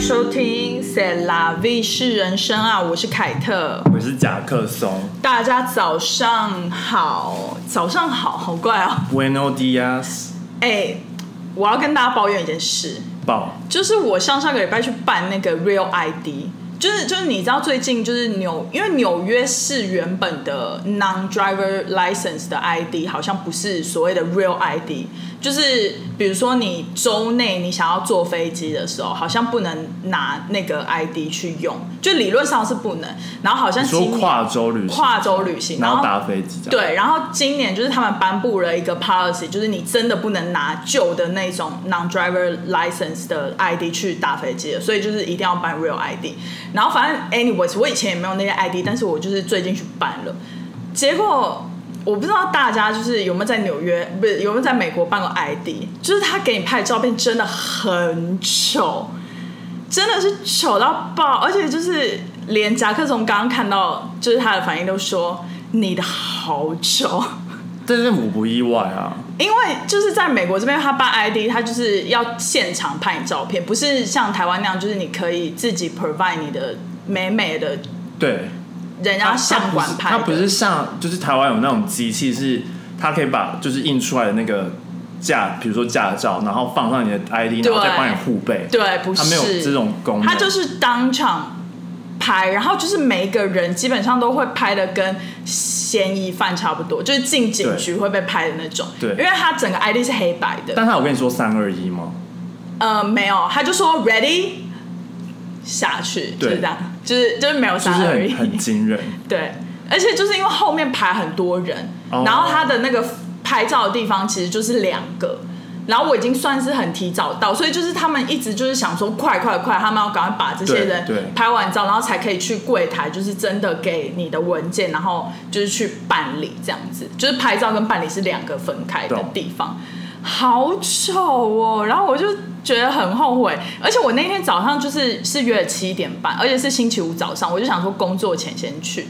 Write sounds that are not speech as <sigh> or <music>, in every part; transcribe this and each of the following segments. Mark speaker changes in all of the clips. Speaker 1: 收听《塞拉 V 是人生》啊，我是凯特。
Speaker 2: 我是夹克松
Speaker 1: 大家早上好，早上好，好怪哦。
Speaker 2: ，Buenos dias，
Speaker 1: 哎、我要跟大家抱怨一件事，
Speaker 2: 爆
Speaker 1: 就是我上上个礼拜去办那个 Real ID，就是就是你知道最近就是纽，因为纽约市原本的 non driver license 的 ID 好像不是所谓的 Real ID，就是比如说你州内你想要坐飞机的时候，好像不能拿那个 ID 去用，就理论上是不能，然后好像
Speaker 2: 说
Speaker 1: 今年
Speaker 2: 跨州旅行，
Speaker 1: 跨州旅行，
Speaker 2: 然
Speaker 1: 然
Speaker 2: 后
Speaker 1: 后
Speaker 2: 搭飞机这样，
Speaker 1: 对，然后今年就是他们颁布了一个 policy，就是你真的不能拿旧的那种 non-driver license 的 ID 去搭飞机了，所以就是一定要办 real ID。然后反正 anyways，我以前也没有那些 ID，但是我就是最近去办了，结果。我不知道大家就是有没有在纽约，不是有没有在美国办过 ID，就是他给你拍的照片真的很丑，真的是丑到爆，而且就是连夹克从刚刚看到，就是他的反应都说你的好丑，
Speaker 2: 但是我不意外啊，
Speaker 1: 因为就是在美国这边，他 <laughs> 办 ID，他就是要现场拍你照片，不是像台湾那样，就是你可以自己 provide 你的美美的，
Speaker 2: 对，
Speaker 1: 人家相馆拍
Speaker 2: 它
Speaker 1: 的
Speaker 2: 不是像就是台湾有那种机器，是它可以把就是印出来的那个驾，比如说驾照，然后放上你的 ID，
Speaker 1: 对
Speaker 2: 然后再帮你护背，
Speaker 1: 对，不是，
Speaker 2: 它没有这种功能，
Speaker 1: 他就是当场拍，然后就是每一个人基本上都会拍的跟嫌疑犯差不多，就是进警局会被拍的那种。
Speaker 2: 对
Speaker 1: 因为他整个 ID 是黑白的。
Speaker 2: 但他有跟你说三二一吗？
Speaker 1: 呃，没有，他就说 ready 下去，就是
Speaker 2: 对
Speaker 1: 这样，就是就是没有
Speaker 2: 就是
Speaker 1: 杀而
Speaker 2: 很
Speaker 1: 已。
Speaker 2: 很惊人，
Speaker 1: 对，而且就是因为后面排很多人，
Speaker 2: 哦
Speaker 1: 然后他的那个拍照的地方其实就是两个。然后我已经算是很提早到，所以就是他们一直就是想说快快快，他们要赶快把这些
Speaker 2: 对
Speaker 1: 人
Speaker 2: 对
Speaker 1: 拍完照，然后才可以去柜台，就是真的给你的文件，然后就是去办理这样子，就是拍照跟办理是两个分开的
Speaker 2: 懂
Speaker 1: 地方。好丑哦！然后我就觉得很后悔，而且我那天早上就是是约了七点半，而且是星期五早上，我就想说工作前先去，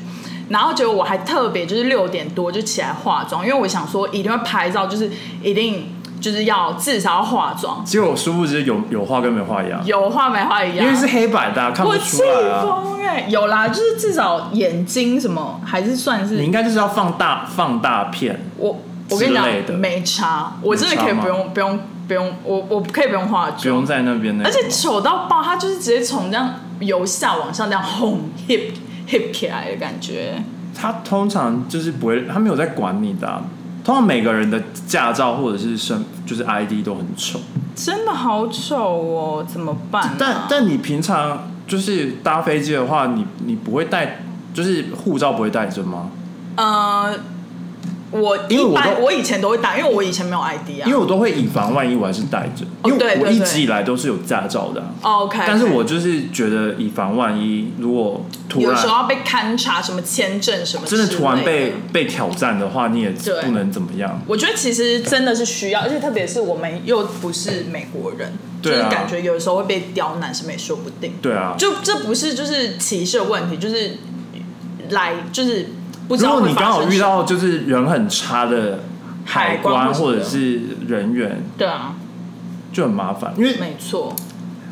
Speaker 1: 然后结果我还特别就是六点多就起来化妆，因为我想说一定会拍照，就是一定就是要至少要化妆，
Speaker 2: 结果殊不知有有话跟没话一样，
Speaker 1: 有化没化一样。
Speaker 2: 因为是黑白的啊、看
Speaker 1: 我
Speaker 2: 不
Speaker 1: 气
Speaker 2: 出来啊。
Speaker 1: 疯哎，有啦，就是至少眼睛什么还是算
Speaker 2: 你
Speaker 1: 是
Speaker 2: 应该就是要放大放大片，
Speaker 1: 我，我跟你
Speaker 2: 之类的
Speaker 1: 讲没差，我真的可以
Speaker 2: 没差吗
Speaker 1: 不用不用不用，我我可以不用化妆，
Speaker 2: 不用在那边那个
Speaker 1: 而且丑到爆，他就是直接从这样由下往上这样轰 hip hip 起来的感觉。
Speaker 2: 他通常就是不会，他没有在管你的啊、通常每个人的驾照或者是身就是 ID 都很丑，
Speaker 1: 真的好丑哦，怎么办、啊？
Speaker 2: 但但你平常就是搭飞机的话，你你不会带，就是护照不会带着吗？
Speaker 1: 呃，我
Speaker 2: 因为
Speaker 1: 一
Speaker 2: 我
Speaker 1: 般
Speaker 2: 都
Speaker 1: 我以前都会打，因为我以前没有 ID 啊
Speaker 2: 因为。我都会以防万一，我还是带着，
Speaker 1: 哦
Speaker 2: 因
Speaker 1: 对
Speaker 2: 为我
Speaker 1: 对
Speaker 2: 一
Speaker 1: 对
Speaker 2: 直以来都是有驾照的
Speaker 1: 哦
Speaker 2: 啊、
Speaker 1: OK，
Speaker 2: 但是我就是觉得以防万一，如果突
Speaker 1: 有时候要
Speaker 2: 然
Speaker 1: 被勘察什么签证什么之
Speaker 2: 真
Speaker 1: 类
Speaker 2: 的
Speaker 1: 的，
Speaker 2: 突然被被挑战的话，你也
Speaker 1: 对
Speaker 2: 不能怎么样。
Speaker 1: 我觉得其实真的是需要，而且特别是我们又不是美国人，
Speaker 2: 对
Speaker 1: 就
Speaker 2: 啊
Speaker 1: 是感觉有时候会被刁难，什么也说不定。
Speaker 2: 对啊，
Speaker 1: 就这不是就是歧视的问题，就是来就是不知
Speaker 2: 如
Speaker 1: 道
Speaker 2: 果
Speaker 1: 会
Speaker 2: 你
Speaker 1: 发
Speaker 2: 刚
Speaker 1: 生什么。
Speaker 2: 好遇到就是人很差的海
Speaker 1: 海关
Speaker 2: 关
Speaker 1: 或
Speaker 2: 或
Speaker 1: 者
Speaker 2: 者是人员，
Speaker 1: 对啊，
Speaker 2: 就很麻烦。因为
Speaker 1: 没错，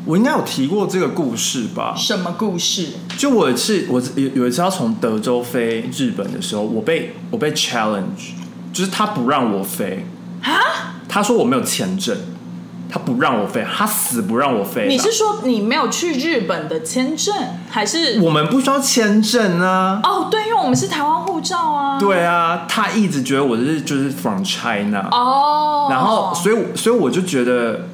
Speaker 2: 我应该有提过这个故事吧？
Speaker 1: 什么故事？
Speaker 2: 就我有一次，我有有一次要从德州飞日本的时候，我被我被 challenge，就是他不让我飞啊，他说我没有签证，他不让我飞，他死不让我飞啦。
Speaker 1: 你是说你没有去日本的签证，还是？
Speaker 2: 我们不需要签证啊？
Speaker 1: 哦，对，因为我们是台湾护照啊。。
Speaker 2: 对啊，他一直觉得我是就是 from China，
Speaker 1: 哦。
Speaker 2: 然后，所以我，所以我就觉得，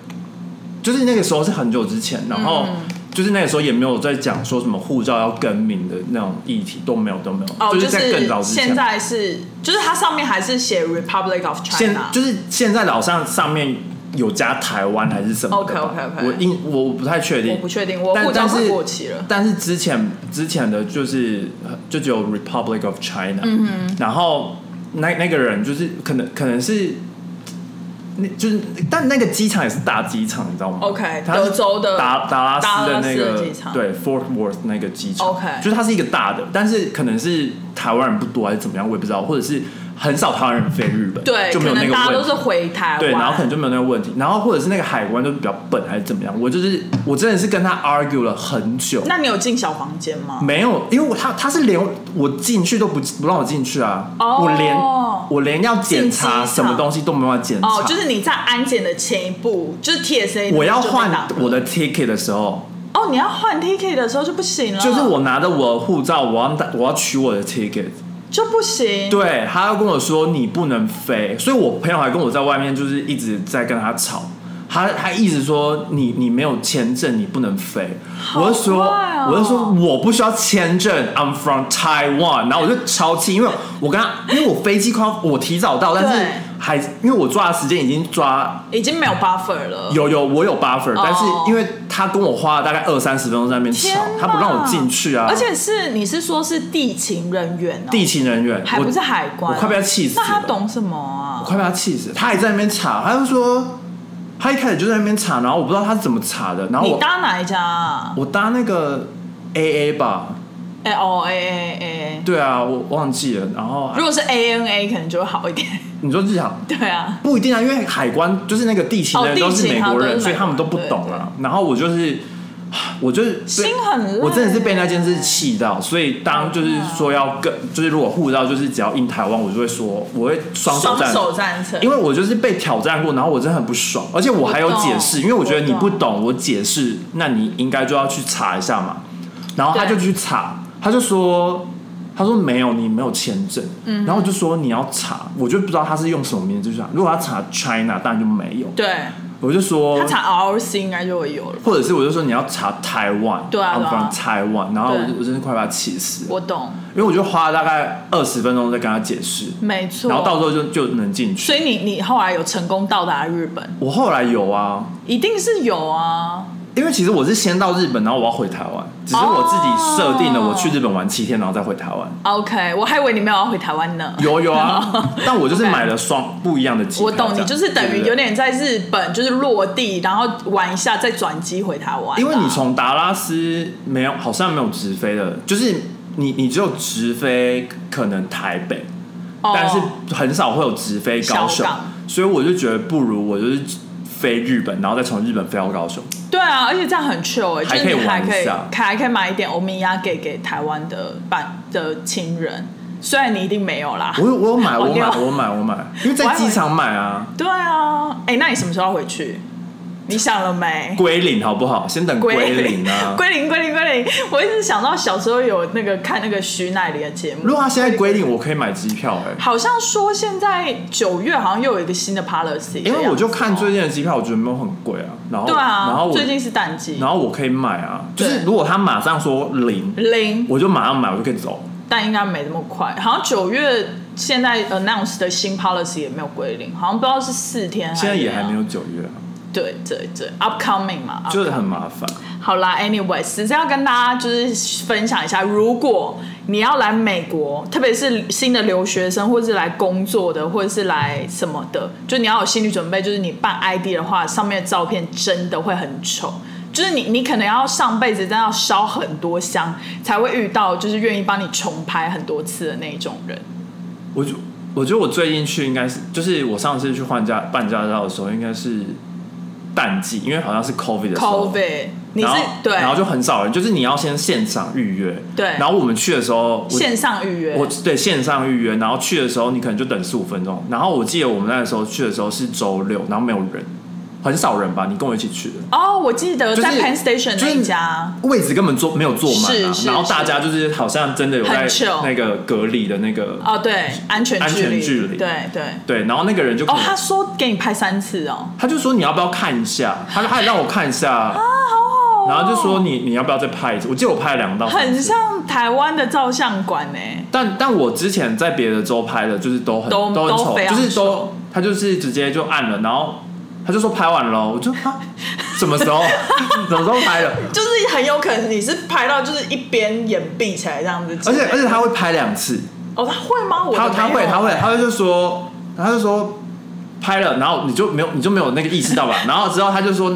Speaker 2: 就是那个时候是很久之前，然后
Speaker 1: 嗯
Speaker 2: 就是那个时候也没有在讲说什么护照要更名的那种议题，都没有，都没有，
Speaker 1: 哦，
Speaker 2: 是在更早之
Speaker 1: 现
Speaker 2: 前。
Speaker 1: 在是，就是它上面还是写 Republic of
Speaker 2: 现
Speaker 1: China。
Speaker 2: 就是现在老上上面有加台湾还是什么的吧
Speaker 1: OK，OK，OK
Speaker 2: 我应我不太确定，
Speaker 1: 我不确定，我
Speaker 2: 但
Speaker 1: 护照
Speaker 2: 但
Speaker 1: 快
Speaker 2: 是
Speaker 1: 过期了。
Speaker 2: 但是之前之前的就是呃就只有 Republic of China，嗯然后那那个人就是可能可能是。那就是，但那个机场也是大机场，你知道吗
Speaker 1: OK，
Speaker 2: 它是
Speaker 1: 德州的
Speaker 2: 达达拉斯的那
Speaker 1: 达拉斯
Speaker 2: 个
Speaker 1: 的机场
Speaker 2: 对 Fort Worth 那个机场
Speaker 1: OK
Speaker 2: 就是它是一个大的，但是可能是台湾人不多还是怎么样，我也不知道，或者是很少台湾人飞日本，
Speaker 1: 对，
Speaker 2: 就没有
Speaker 1: 可
Speaker 2: 那
Speaker 1: 能
Speaker 2: 个
Speaker 1: 大家都
Speaker 2: 问
Speaker 1: 是
Speaker 2: 题。
Speaker 1: 回台湾，
Speaker 2: 对，然后可能就没有那个问题，然后或者是那个海关就比较笨还是怎么样，我就是我真的是跟他 argue 了很久，
Speaker 1: 那你有进小房间吗？
Speaker 2: 没有，因为我他他是连我进去都不不让我进去啊
Speaker 1: 哦
Speaker 2: 我连我连要
Speaker 1: 进
Speaker 2: 检查
Speaker 1: 机场
Speaker 2: 什么东西都没办法检查，
Speaker 1: 哦，就是你在安检的前一步，就是 TSA
Speaker 2: 嗯我要
Speaker 1: 就被打
Speaker 2: 换
Speaker 1: 破
Speaker 2: 我的 ticket 的时候，
Speaker 1: 哦，你要换 TK 的时候就不行了，
Speaker 2: 就是我拿着我的护照，我要带我要取我的 ticket，
Speaker 1: 就不行，
Speaker 2: 对他要跟我说你不能飞，所以我朋友还跟我在外面就是一直在跟他吵，他他一直说你你没有签证你不能飞，我就说、
Speaker 1: 好怪哦
Speaker 2: 我就说我不需要签证，I'm from Taiwan，然后我就超气，因为我跟他因为我飞机快要我提早到，但是
Speaker 1: 对
Speaker 2: 还因为我抓的时间已经抓
Speaker 1: 已经没有 buffer 了，
Speaker 2: 有有我有 buffer，、但是因为他跟我花了大概二三十分钟在那边
Speaker 1: 哦天
Speaker 2: 吵
Speaker 1: 哪，
Speaker 2: 他不让我进去啊，
Speaker 1: 而且是你是说是地勤人员哦，
Speaker 2: 地勤人员
Speaker 1: 还
Speaker 2: 我
Speaker 1: 不是海关，
Speaker 2: 我快被他气死了
Speaker 1: 那他懂什么啊？
Speaker 2: 我快被他气死，他还在那边查，他就说他一开始就在那边查，然后我不知道他是怎么查的，然后
Speaker 1: 你
Speaker 2: 我
Speaker 1: 搭哪一家啊？
Speaker 2: 我搭那个 AA 吧，
Speaker 1: 哎哦哎哎哎，
Speaker 2: 对啊，我忘记了，然后
Speaker 1: 如果是 ANA 可能就会好一点， <laughs>
Speaker 2: 你说日航
Speaker 1: 对啊，
Speaker 2: 不一定啊，因为海关就是那个地勤的
Speaker 1: 哦
Speaker 2: 人都是
Speaker 1: 地勤
Speaker 2: 美
Speaker 1: 他们都是美
Speaker 2: 国人，
Speaker 1: 国人
Speaker 2: 所以他们都不懂啊，然后我就是。我就是
Speaker 1: 心很累
Speaker 2: 我真的是被那件事气到，所以当就是说要跟，就是如果护照就是只要印台湾，我就会说我会双手
Speaker 1: 双
Speaker 2: 站
Speaker 1: 手赞 <laughs> 成，
Speaker 2: 因为我就是被挑战过，然后我真的很不爽，而且我还有解释，
Speaker 1: 我懂
Speaker 2: 因为我觉得你不
Speaker 1: 我
Speaker 2: 懂我解释，那你应该就要去查一下嘛。然后他
Speaker 1: 对
Speaker 2: 就去查，他就说，他说没有，你没有签证。嗯，然后我就说你要查，我就不知道他是用什么名字去查。如果他查 China，当然就没有。
Speaker 1: 对
Speaker 2: 我就说
Speaker 1: 他，查 ROC 应该就会有了，
Speaker 2: 或者是我就说你要查台湾，
Speaker 1: 对啊
Speaker 2: i
Speaker 1: 对
Speaker 2: m
Speaker 1: 啊
Speaker 2: from 台湾。然后我就
Speaker 1: 对
Speaker 2: 我真是快把他气死了，
Speaker 1: 我懂，
Speaker 2: 因为我就花了大概二十分钟在跟他解释，
Speaker 1: 没错，
Speaker 2: 然后到时候就就能进去。
Speaker 1: 所以你你后来有成功到达日本，
Speaker 2: 我后来有啊，
Speaker 1: 一定是有啊。
Speaker 2: 因为其实我是先到日本，然后我要回台湾，只是我自己设定了我去日本玩七天，然后再回台湾。
Speaker 1: 哦 OK，我还以为你没有要回台湾呢。，
Speaker 2: 有有啊
Speaker 1: <laughs>
Speaker 2: 但我就是买了双不一样的机票。
Speaker 1: 我懂
Speaker 2: 这
Speaker 1: 你，
Speaker 2: 样
Speaker 1: 就是等于
Speaker 2: 对
Speaker 1: 有
Speaker 2: 对对
Speaker 1: 点在日本就是落地，然后玩一下，再转机回台湾啊。
Speaker 2: 因为你从达拉斯没有，好像没有直飞的，就是你你只有直飞可能台北，
Speaker 1: 哦
Speaker 2: 但是很少会有直飞高
Speaker 1: 小
Speaker 2: 雄
Speaker 1: 港，
Speaker 2: 所以我就觉得不如我就是飞日本，然后再从日本飞到高雄。
Speaker 1: 对啊，而且这样很 chill 哎、
Speaker 2: 还
Speaker 1: 就是
Speaker 2: 可以
Speaker 1: 你还
Speaker 2: 玩一
Speaker 1: 可以
Speaker 2: 下
Speaker 1: 还可以买一点欧米亚给给台湾的伴的亲人，虽然你一定没有啦。
Speaker 2: 我有我有买，
Speaker 1: 好
Speaker 2: 我买
Speaker 1: 料
Speaker 2: 我买我买，因为在机场买啊。
Speaker 1: 对啊，哎、那你什么时候要回去？你想了没？
Speaker 2: 归零好不好？先等归零
Speaker 1: <laughs>
Speaker 2: 啊！
Speaker 1: 归零，归零，归零！我一直想到小时候有那个看那个徐乃麟的节目，
Speaker 2: 如果他现在归零，我可以买机票哎、
Speaker 1: 好像说现在九月好像又有一个新的 policy，
Speaker 2: 因为我就看最
Speaker 1: 近
Speaker 2: 近的机票，我觉得没有很贵啊。然后，
Speaker 1: 对啊，
Speaker 2: 然后我
Speaker 1: 最，近是淡季，
Speaker 2: 然后我可以买啊。就
Speaker 1: 对
Speaker 2: 是如果他马上说零，
Speaker 1: 零，
Speaker 2: 我就马上买，我就可以走。
Speaker 1: 但应该没那么快，好像九月现在 announce 的新 policy 也没有归零，好像不知道是四天，
Speaker 2: 现在也还没，有九月啊，
Speaker 1: 对对对，upcoming 嘛，upcoming
Speaker 2: 就是很麻烦。
Speaker 1: 好啦，anyways，只是要跟大家就是分享一下，如果你要来美国，特别是新的留学生，或是来工作的，或者是来什么的，就你要有心理准备，就是你办 ID 的话，上面的照片真的会很丑。就是你，你可能要上辈子真的要烧很多香，才会遇到就是愿意帮你重拍很多次的那一种人。
Speaker 2: 我就我觉得我最近去应该是，就是我上次去换驾办驾照的时候，应该是淡季，因为好像是 COVID 的时候。
Speaker 1: COVID，你是
Speaker 2: 然后
Speaker 1: 对
Speaker 2: 然后就很少人，就是你要先现场预约。
Speaker 1: 对
Speaker 2: 然后我们去的时候，我
Speaker 1: 线上预约，
Speaker 2: 我对线上预约，然后去的时候你可能就等十五分钟。然后我记得我们那个时候去的时候是周六，然后没有人，很少人吧？你跟我一起去的，
Speaker 1: 哦，我记得
Speaker 2: 就是
Speaker 1: 在 Penn Station
Speaker 2: 就
Speaker 1: 那
Speaker 2: 是
Speaker 1: 一家，
Speaker 2: 位置根本坐没有坐满啊
Speaker 1: 是。是
Speaker 2: 然后大家就是好像真的有在
Speaker 1: 很 chill
Speaker 2: 那个隔离的那个
Speaker 1: 哦，对，安全
Speaker 2: 安
Speaker 1: 距
Speaker 2: 全
Speaker 1: 离，
Speaker 2: 距离
Speaker 1: 对对。
Speaker 2: 对，然后那个人就可
Speaker 1: 哦，
Speaker 2: 能
Speaker 1: 他说给你拍三次哦，
Speaker 2: 他就说你要不要看一下，他他也让我看一下，
Speaker 1: 哦
Speaker 2: 然后就说你你要不要再拍一次？我记得我拍了两到三
Speaker 1: 很
Speaker 2: 次。
Speaker 1: 像台湾的照相馆欸呢、
Speaker 2: 但但我之前在别的州拍的，就是都很
Speaker 1: 都
Speaker 2: 很
Speaker 1: 都
Speaker 2: 丑，
Speaker 1: 非常
Speaker 2: 就是
Speaker 1: 丑
Speaker 2: 都他就是直接就按了，然后他就说拍完了，我就
Speaker 1: <laughs>
Speaker 2: 啊什么时候什么时候拍的？
Speaker 1: 就是很有可能你是拍到就是一边眼闭起来这样子之
Speaker 2: 而
Speaker 1: 类的，
Speaker 2: 且而且他会拍两次，
Speaker 1: 哦，他会吗？我
Speaker 2: 他
Speaker 1: 的
Speaker 2: 他
Speaker 1: 没有欸
Speaker 2: 会他会他会就说他就说拍了，然后你就没有你就没有那个意识到
Speaker 1: <laughs>
Speaker 2: 吧？然后之后他就说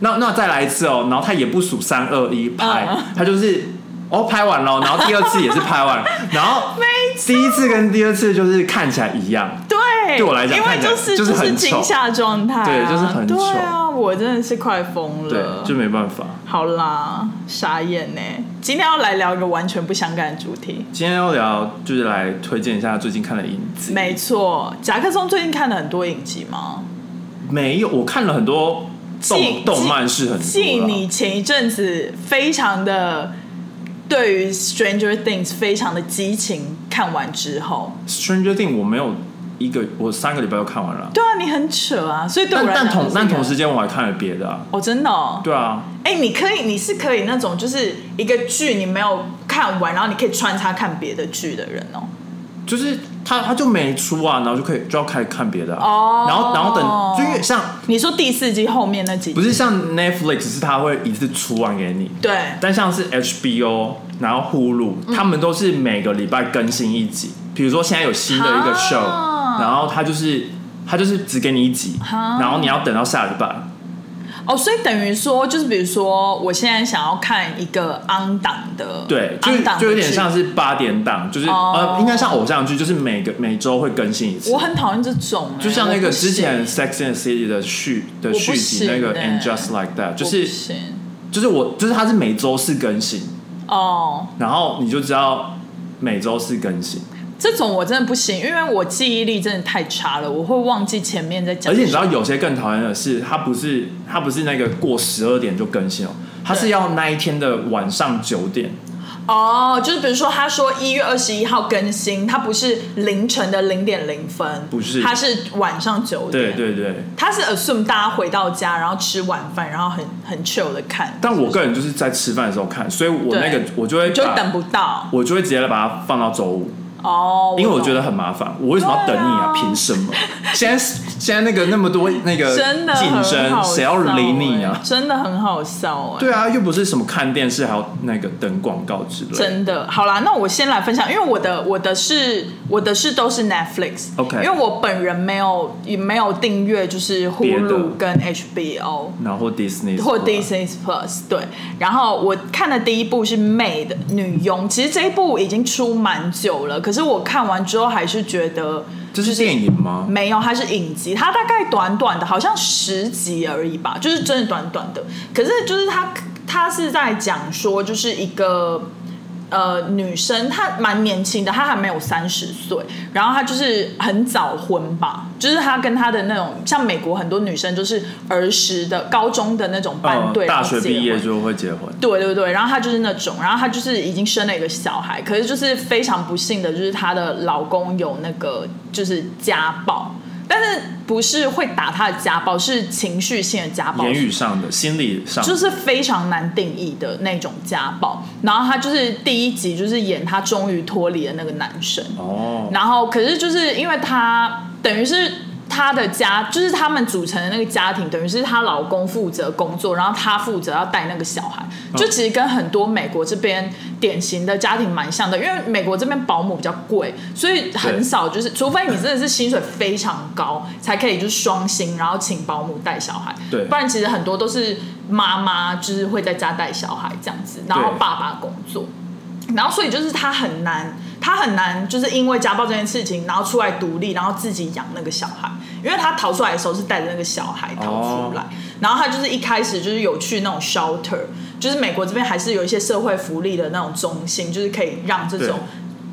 Speaker 2: 那那再来一次哦，然后他也不数三二一拍
Speaker 1: 嗯，
Speaker 2: 他就是哦拍完了，然后第二次也是拍完，然后
Speaker 1: <laughs> 没
Speaker 2: 第一次跟第二次就是看起来一样，
Speaker 1: 对，
Speaker 2: 对我来讲
Speaker 1: 因为
Speaker 2: 看起来
Speaker 1: 是就
Speaker 2: 就
Speaker 1: 是
Speaker 2: 很丑
Speaker 1: 惊吓状态啊，
Speaker 2: 对就是很丑
Speaker 1: 对啊，我真的是快疯
Speaker 2: 对
Speaker 1: 了，，
Speaker 2: 就没办法。
Speaker 1: 好啦，傻眼呢。今天要来聊一个完全不相干的主题，
Speaker 2: 今天要聊就是来推荐一下最近看的影集，
Speaker 1: 没错，夹克松最近看了很多影集吗？
Speaker 2: 没有，我看了很多动
Speaker 1: 继
Speaker 2: 动漫是很
Speaker 1: 继
Speaker 2: 多
Speaker 1: 你
Speaker 2: 啦，
Speaker 1: 前一阵子非常的对于《Stranger Things》非常的激情，看完之后，
Speaker 2: Stranger Thing 我没有一个，我三个礼拜就看完了。
Speaker 1: 对啊，你很扯啊，所以对我
Speaker 2: 但
Speaker 1: 来讲
Speaker 2: 但同
Speaker 1: 就是一
Speaker 2: 但
Speaker 1: 个
Speaker 2: 同时间我还看了别的啊，
Speaker 1: 哦，真的、哦，
Speaker 2: 对啊，
Speaker 1: 哎、你可以，你是可以那种就是一个剧你没有看完，然后你可以穿插看别的剧的人哦。
Speaker 2: 就是他他就没出啊，然后就可以就要开始看别的、啊，
Speaker 1: 哦
Speaker 2: 然后然后等就因为像
Speaker 1: 你说第四季后面那几集
Speaker 2: 不是像 Netflix 是他会一次出完给你，
Speaker 1: 对
Speaker 2: 但像是 HBO 然后 Hulu，、他
Speaker 1: 嗯
Speaker 2: 们都是每个礼拜更新一集，比如说现在有新的一个
Speaker 1: 啊
Speaker 2: show，、然后他就是他就是只给你一集，
Speaker 1: 啊
Speaker 2: 然后你要等到下礼拜，
Speaker 1: 哦，所以等于说就是比如说我现在想要看一个 on 档的，
Speaker 2: 对，就
Speaker 1: on 档的
Speaker 2: 就有点
Speaker 1: 剧
Speaker 2: 像是八点档，就是、
Speaker 1: 哦
Speaker 2: 呃，应该像偶像剧，就是每个每周会更新一次
Speaker 1: 我。很讨厌这种、哎
Speaker 2: 就像那
Speaker 1: 我
Speaker 2: 个
Speaker 1: 不行
Speaker 2: 之前《Sex and the City》的续的
Speaker 1: 不
Speaker 2: 续集
Speaker 1: 行
Speaker 2: 那个《
Speaker 1: 欸
Speaker 2: And Just Like That》，就
Speaker 1: 我不
Speaker 2: 是
Speaker 1: 行
Speaker 2: 就是我就是它是每周四更新，
Speaker 1: 哦，
Speaker 2: 然后你就知道每周四更新，
Speaker 1: 这种我真的不行，因为我记忆力真的太差了，我会忘记前面在讲什么。
Speaker 2: 而且你知道有些更讨厌的是，它不是它不是那个过十二点就更新哦，它是
Speaker 1: 对
Speaker 2: 要那一天的晚上九点，
Speaker 1: 哦，就是比如说，他说一月二十一号更新，它不是凌晨的零点零分，
Speaker 2: 不是
Speaker 1: 它是晚上九
Speaker 2: 对
Speaker 1: 点。，
Speaker 2: 对对。
Speaker 1: 它是 assume 大家回到家，然后吃晚饭，然后很很 chill 的看，
Speaker 2: 但我个人就是在吃饭的时候看，所以我那个
Speaker 1: 对
Speaker 2: 我就会
Speaker 1: 你就
Speaker 2: 把
Speaker 1: 等不到
Speaker 2: 我就会直接把它放到周五，
Speaker 1: 哦。
Speaker 2: 因为我觉
Speaker 1: 懂
Speaker 2: 得很麻烦。我为什么要等你啊？
Speaker 1: 对啊
Speaker 2: 凭什
Speaker 1: <laughs>
Speaker 2: 么？现在现在那个那么多那个
Speaker 1: 真的
Speaker 2: 竞
Speaker 1: 很好
Speaker 2: 争，
Speaker 1: 笑
Speaker 2: 谁要理你
Speaker 1: 欸
Speaker 2: 啊？
Speaker 1: 真的很好笑哎、
Speaker 2: 对啊，又不是什么看电视还要那个等广告之类的。
Speaker 1: 真的，好啦，那我先来分享，因为我的我的是我的是都是 Netflix。因
Speaker 2: OK
Speaker 1: 为我本人没有也没有订阅，就是
Speaker 2: 别的
Speaker 1: Hulu 跟 HBO。
Speaker 2: 然后 Disney
Speaker 1: 或 Disney Plus 对，然后我看的第一部是《Maid 女佣》，其实这一部已经出蛮久了，可是我看完之后还是觉得
Speaker 2: 这是电影吗？
Speaker 1: 没有，它是影集，它大概短短的，好像十集而已吧，就是真的短短的。可是就是它它是在讲说，就是一个呃女生，她蛮年轻的，她还没有三十岁，然后她就是很早婚吧，就是她跟她的那种像美国很多女生就是儿时的高中的那种班
Speaker 2: 嗯
Speaker 1: 队、，
Speaker 2: 大
Speaker 1: 然后
Speaker 2: 学
Speaker 1: 结婚
Speaker 2: 毕业就会结婚。
Speaker 1: 对对对，然后她就是那种，然后她就是已经生了一个小孩，可是就是非常不幸的，就是她的老公有那个就是家暴，但是不是会打她的家暴，是情绪性的家暴，
Speaker 2: 言语上的、心理上的，
Speaker 1: 就是非常难定义的那种家暴。然后她就是第一集就是演她终于脱离了那个男生，
Speaker 2: 哦，
Speaker 1: 然后可是就是因为她等于是她的家，就是他们组成的那个家庭，等于是她老公负责工作，然后她负责要带那个小孩，
Speaker 2: 嗯
Speaker 1: 就其实跟很多美国这边典型的家庭蛮像的，因为美国这边保姆比较贵，所以很少就是，除非你真的是薪水非常高，才可以就是双薪，然后请保姆带小孩，
Speaker 2: 对
Speaker 1: 不然其实很多都是妈妈就是会在家带小孩这样子，然后
Speaker 2: 对
Speaker 1: 爸爸工作。然后所以就是他很难，他很难就是因为家暴这件事情，然后出来独立，然后自己养那个小孩，因为他逃出来的时候是带着那个小孩逃出
Speaker 2: 哦
Speaker 1: 来，然后他就是一开始就是有去那种 shelter，就是美国这边还是有一些社会福利的那种中心，就是可以让这种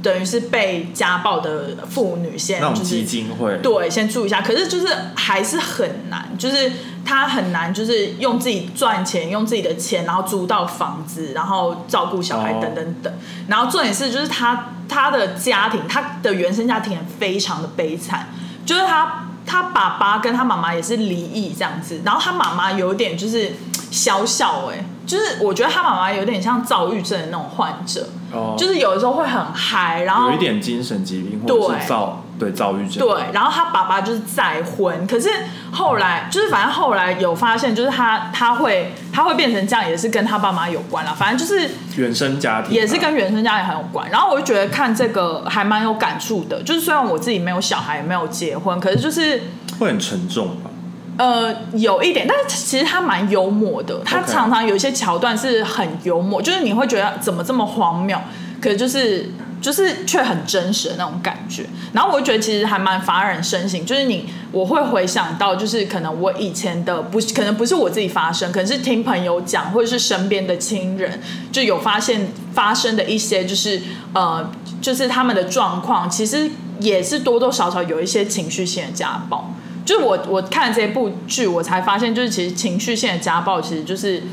Speaker 1: 等于是被家暴的妇女先
Speaker 2: 那种
Speaker 1: 就
Speaker 2: 基
Speaker 1: 是
Speaker 2: 金会，
Speaker 1: 对，先注意一下。可是就是还是很难，就是他很难，就是用自己赚钱，用自己的钱，然后租到房子，然后照顾小孩
Speaker 2: 哦
Speaker 1: 等等等。然后重点是，就是他他的家庭，他的原生家庭也非常的悲惨，就是他他爸爸跟他妈妈也是离异这样子，然后他妈妈有点就是小小哎、就是我觉得他妈妈有点像躁郁症的那种患者。
Speaker 2: 哦，
Speaker 1: 就是有的时候会很嗨，然后
Speaker 2: 有一点精神疾病或者是
Speaker 1: 对
Speaker 2: 躁对躁郁症，
Speaker 1: 对，然后他爸爸就是再婚，可是后来就是反正后来有发现，就是他他会他会变成这样，也是跟他爸妈有关啦。反正就是
Speaker 2: 原生家庭啊
Speaker 1: 也是跟原生家庭很有关。然后我就觉得看这个还蛮有感触的，就是虽然我自己没有小孩，也没有结婚，可是就是
Speaker 2: 会很沉重吧？
Speaker 1: 呃有一点，但是其实他蛮幽默的，他
Speaker 2: OK
Speaker 1: 常常有一些桥段是很幽默，就是你会觉得怎么这么荒谬，可是就是就是却很真实的那种感觉。然后我就觉得其实还蛮发人深省，就是你我会回想到，就是可能我以前的不是，可能不是我自己发生，可能是听朋友讲，或者是身边的亲人就有发现发生的一些，就是呃，就是他们的状况，其实也是多多少少有一些情绪性的家暴。就是我我看这部剧，我才发现，就是其实情绪性的家暴，其实就是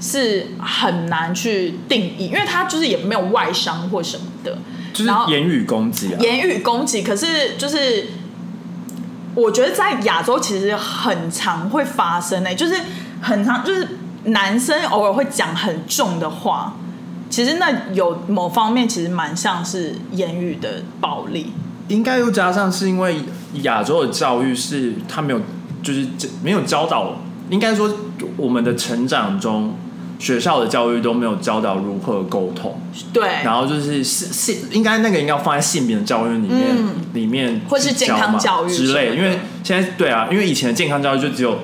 Speaker 1: 是很难去定义，因为它就是也没有外伤或什么的，
Speaker 2: 就是
Speaker 1: 然后
Speaker 2: 言语攻击啊，
Speaker 1: 言语攻击，可是就是我觉得在亚洲其实很常会发生诶、就是很常就是男生偶尔会讲很重的话，其实那有某方面其实蛮像是言语的暴力，
Speaker 2: 应该又加上是因为亚洲的教育是他没有，就是没有教导，应该说我们的成长中，学校的教育都没有教导如何沟通，
Speaker 1: 对，
Speaker 2: 然后就是性性，应该那个应该放在性别的教育里面，
Speaker 1: 嗯
Speaker 2: 里面
Speaker 1: 或是
Speaker 2: 去
Speaker 1: 健康
Speaker 2: 嘛
Speaker 1: 教育
Speaker 2: 之
Speaker 1: 什么的
Speaker 2: 类的，因为现在对啊，因为以前的健康教育就只有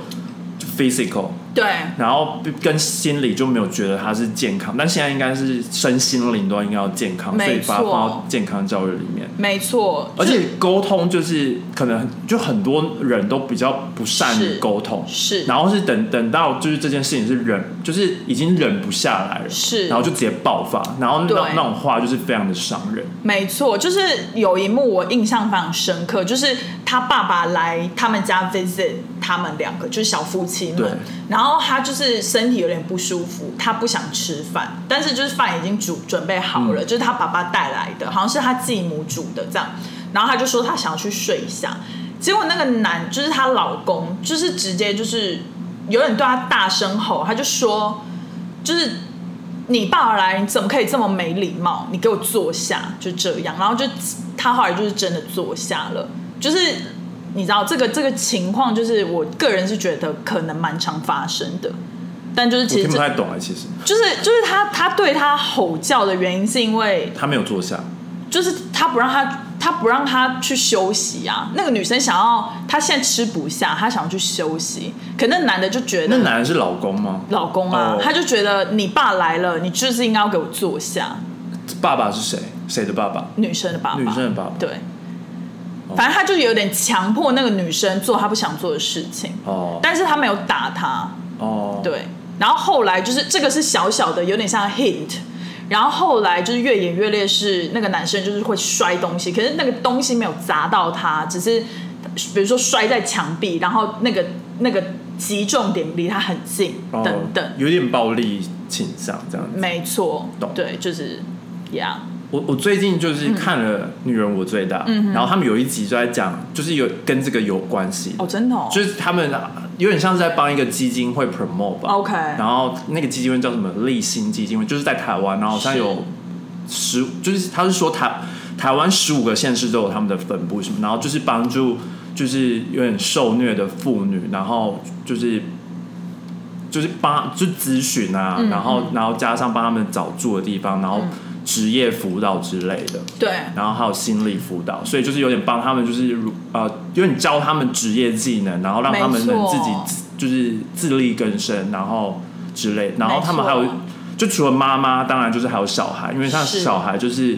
Speaker 2: physical，
Speaker 1: 对，
Speaker 2: 然后跟心理就没有觉得它是健康，但现在应该是身心灵都应该要健康，所以
Speaker 1: 没错
Speaker 2: 把它放到健康教育里面。
Speaker 1: 没错，
Speaker 2: 而且沟通就是可能就很多人都比较不善于
Speaker 1: 是
Speaker 2: 沟通，
Speaker 1: 是
Speaker 2: 然后是等等到就是这件事情是忍，就是已经忍不下来了，
Speaker 1: 是
Speaker 2: 然后就直接爆发，然后那
Speaker 1: 对
Speaker 2: 种那种话就是非常的伤人。
Speaker 1: 没错，就是有一幕我印象非常深刻，就是他爸爸来他们家 visit 他们两个，就是小夫妻
Speaker 2: 对
Speaker 1: 们。然后他就是身体有点不舒服，他不想吃饭，但是就是饭已经煮准备好了，
Speaker 2: 嗯
Speaker 1: 就是他爸爸带来的，好像是他继母煮的这样。然后他就说他想要去睡一下，结果那个男就是她老公，就是直接就是有点对她大声吼，他就说就是你爸爸来，你怎么可以这么没礼貌？你给我坐下，就这样。然后就他后来就是真的坐下了，就是你知道这个这个情况，就是我个人是觉得可能蛮常发生的，但就是
Speaker 2: 我
Speaker 1: 其实
Speaker 2: 听
Speaker 1: 这
Speaker 2: 不太懂啊，其实
Speaker 1: 就是就是他他对他吼叫的原因是因为
Speaker 2: 他没有坐下，
Speaker 1: 就是他不让他他不让他去休息啊，那个女生想要她现在吃不下，她想要去休息，可那男的就觉
Speaker 2: 那
Speaker 1: 得
Speaker 2: 男人是老公吗？
Speaker 1: 老公啊
Speaker 2: 哦
Speaker 1: 他就觉得你爸来了，你就是应该要给我坐下。
Speaker 2: 爸爸是谁？谁的爸爸？
Speaker 1: 女生的爸爸，
Speaker 2: 女生的爸爸
Speaker 1: 对。反正他就有点强迫那个女生做她不想做的事情，
Speaker 2: 哦
Speaker 1: 但是他没有打她，
Speaker 2: 哦，，
Speaker 1: 对。然后后来就是这个是小小的，有点像 hint。然后后来就是越演越烈是，那个男生就是会摔东西，可是那个东西没有砸到他，只是比如说摔在墙壁，然后那个那个击中点离他很近、
Speaker 2: 哦
Speaker 1: 等等。
Speaker 2: 有点暴力倾向这样子。
Speaker 1: 没错
Speaker 2: 懂，
Speaker 1: 对，就是呀
Speaker 2: 我我最近就是看了《女人我最大》
Speaker 1: 嗯
Speaker 2: 然后他们有一集就在讲，就是有跟这个有关系
Speaker 1: yeah,，哦，真的哦
Speaker 2: 就是他们有点像是在帮一个基金会 promote 吧。
Speaker 1: ，OK，
Speaker 2: 然后那个基金会叫什么立新基金会，就是在台湾，然后好像
Speaker 1: 是
Speaker 2: 有十，就是他是说台台湾十五个县市都有他们的分部什么，然后就是帮助就是有点受虐的妇女，然后就是就是帮就咨询啊，然后然后加上帮他们找住的地方，然后职业辅导之类的。
Speaker 1: 对，
Speaker 2: 然后还有心理辅导，所以就是有点帮他们，就是如呃，有点教他们职业技能，然后让他们
Speaker 1: 没
Speaker 2: 能
Speaker 1: 错
Speaker 2: 自己自就是自力更生，然后之类。然后他们还有
Speaker 1: 没错，
Speaker 2: 就除了妈妈，当然就是还有小孩，因为像
Speaker 1: 是
Speaker 2: 小孩就是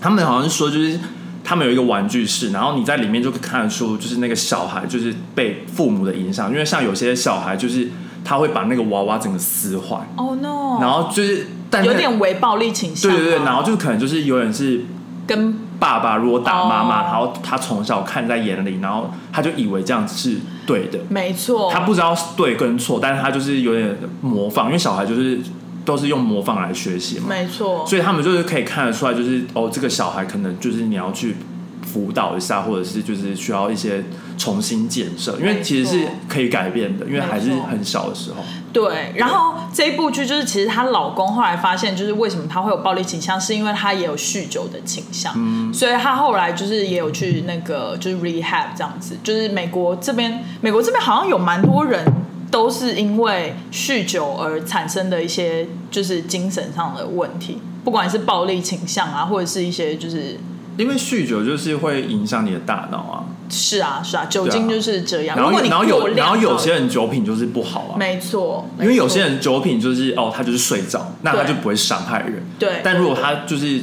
Speaker 2: 他们好像说就是。他们有一个玩具室，然后你在里面就看得出，就是那个小孩就是被父母的影响，因为像有些小孩就是他会把那个娃娃整个撕坏，
Speaker 1: 哦、no，
Speaker 2: 然后就是但那
Speaker 1: 有
Speaker 2: 个
Speaker 1: 点微暴力倾向
Speaker 2: 对
Speaker 1: 吗，
Speaker 2: 对对，然后就可能就是有点是
Speaker 1: 跟
Speaker 2: 爸爸如果打妈妈，
Speaker 1: 哦
Speaker 2: 然后他从小看在眼里，然后他就以为这样是对的，
Speaker 1: 没错，
Speaker 2: 他不知道是对跟错，但是他就是有点模仿，因为小孩就是都是用模仿来学习嘛，
Speaker 1: 没错，
Speaker 2: 所以他们就是可以看得出来，就是哦，这个小孩可能就是你要去辅导一下，或者是就是需要一些重新建设，因为
Speaker 1: 没
Speaker 2: 其实是
Speaker 1: 错
Speaker 2: 可以改变的，因为还是
Speaker 1: 没错
Speaker 2: 很小的时候，
Speaker 1: 对。然后这一部剧就是，其实她老公后来发现，就是为什么她会有暴力倾向，是因为她也有酗酒的倾向，
Speaker 2: 嗯
Speaker 1: 所以她后来就是也有去那个就是 rehab 这样子，就是美国这边，美国这边好像有蛮多人。都是因为酗酒而产生的一些就是精神上的问题，不管是暴力倾向啊，或者是一些就是
Speaker 2: 因为酗酒就是会影响你的大脑啊，
Speaker 1: 是啊是啊，酒精就是这样。
Speaker 2: 然后
Speaker 1: 如果你
Speaker 2: 然后
Speaker 1: 过
Speaker 2: 有
Speaker 1: 量
Speaker 2: 然后有
Speaker 1: 到
Speaker 2: 些人酒品就是不好啊，
Speaker 1: 没错，
Speaker 2: 因为有
Speaker 1: 没错
Speaker 2: 些人酒品就是哦，他就是睡着，那他
Speaker 1: 对
Speaker 2: 就不会伤害人。
Speaker 1: 对
Speaker 2: 但如果他就是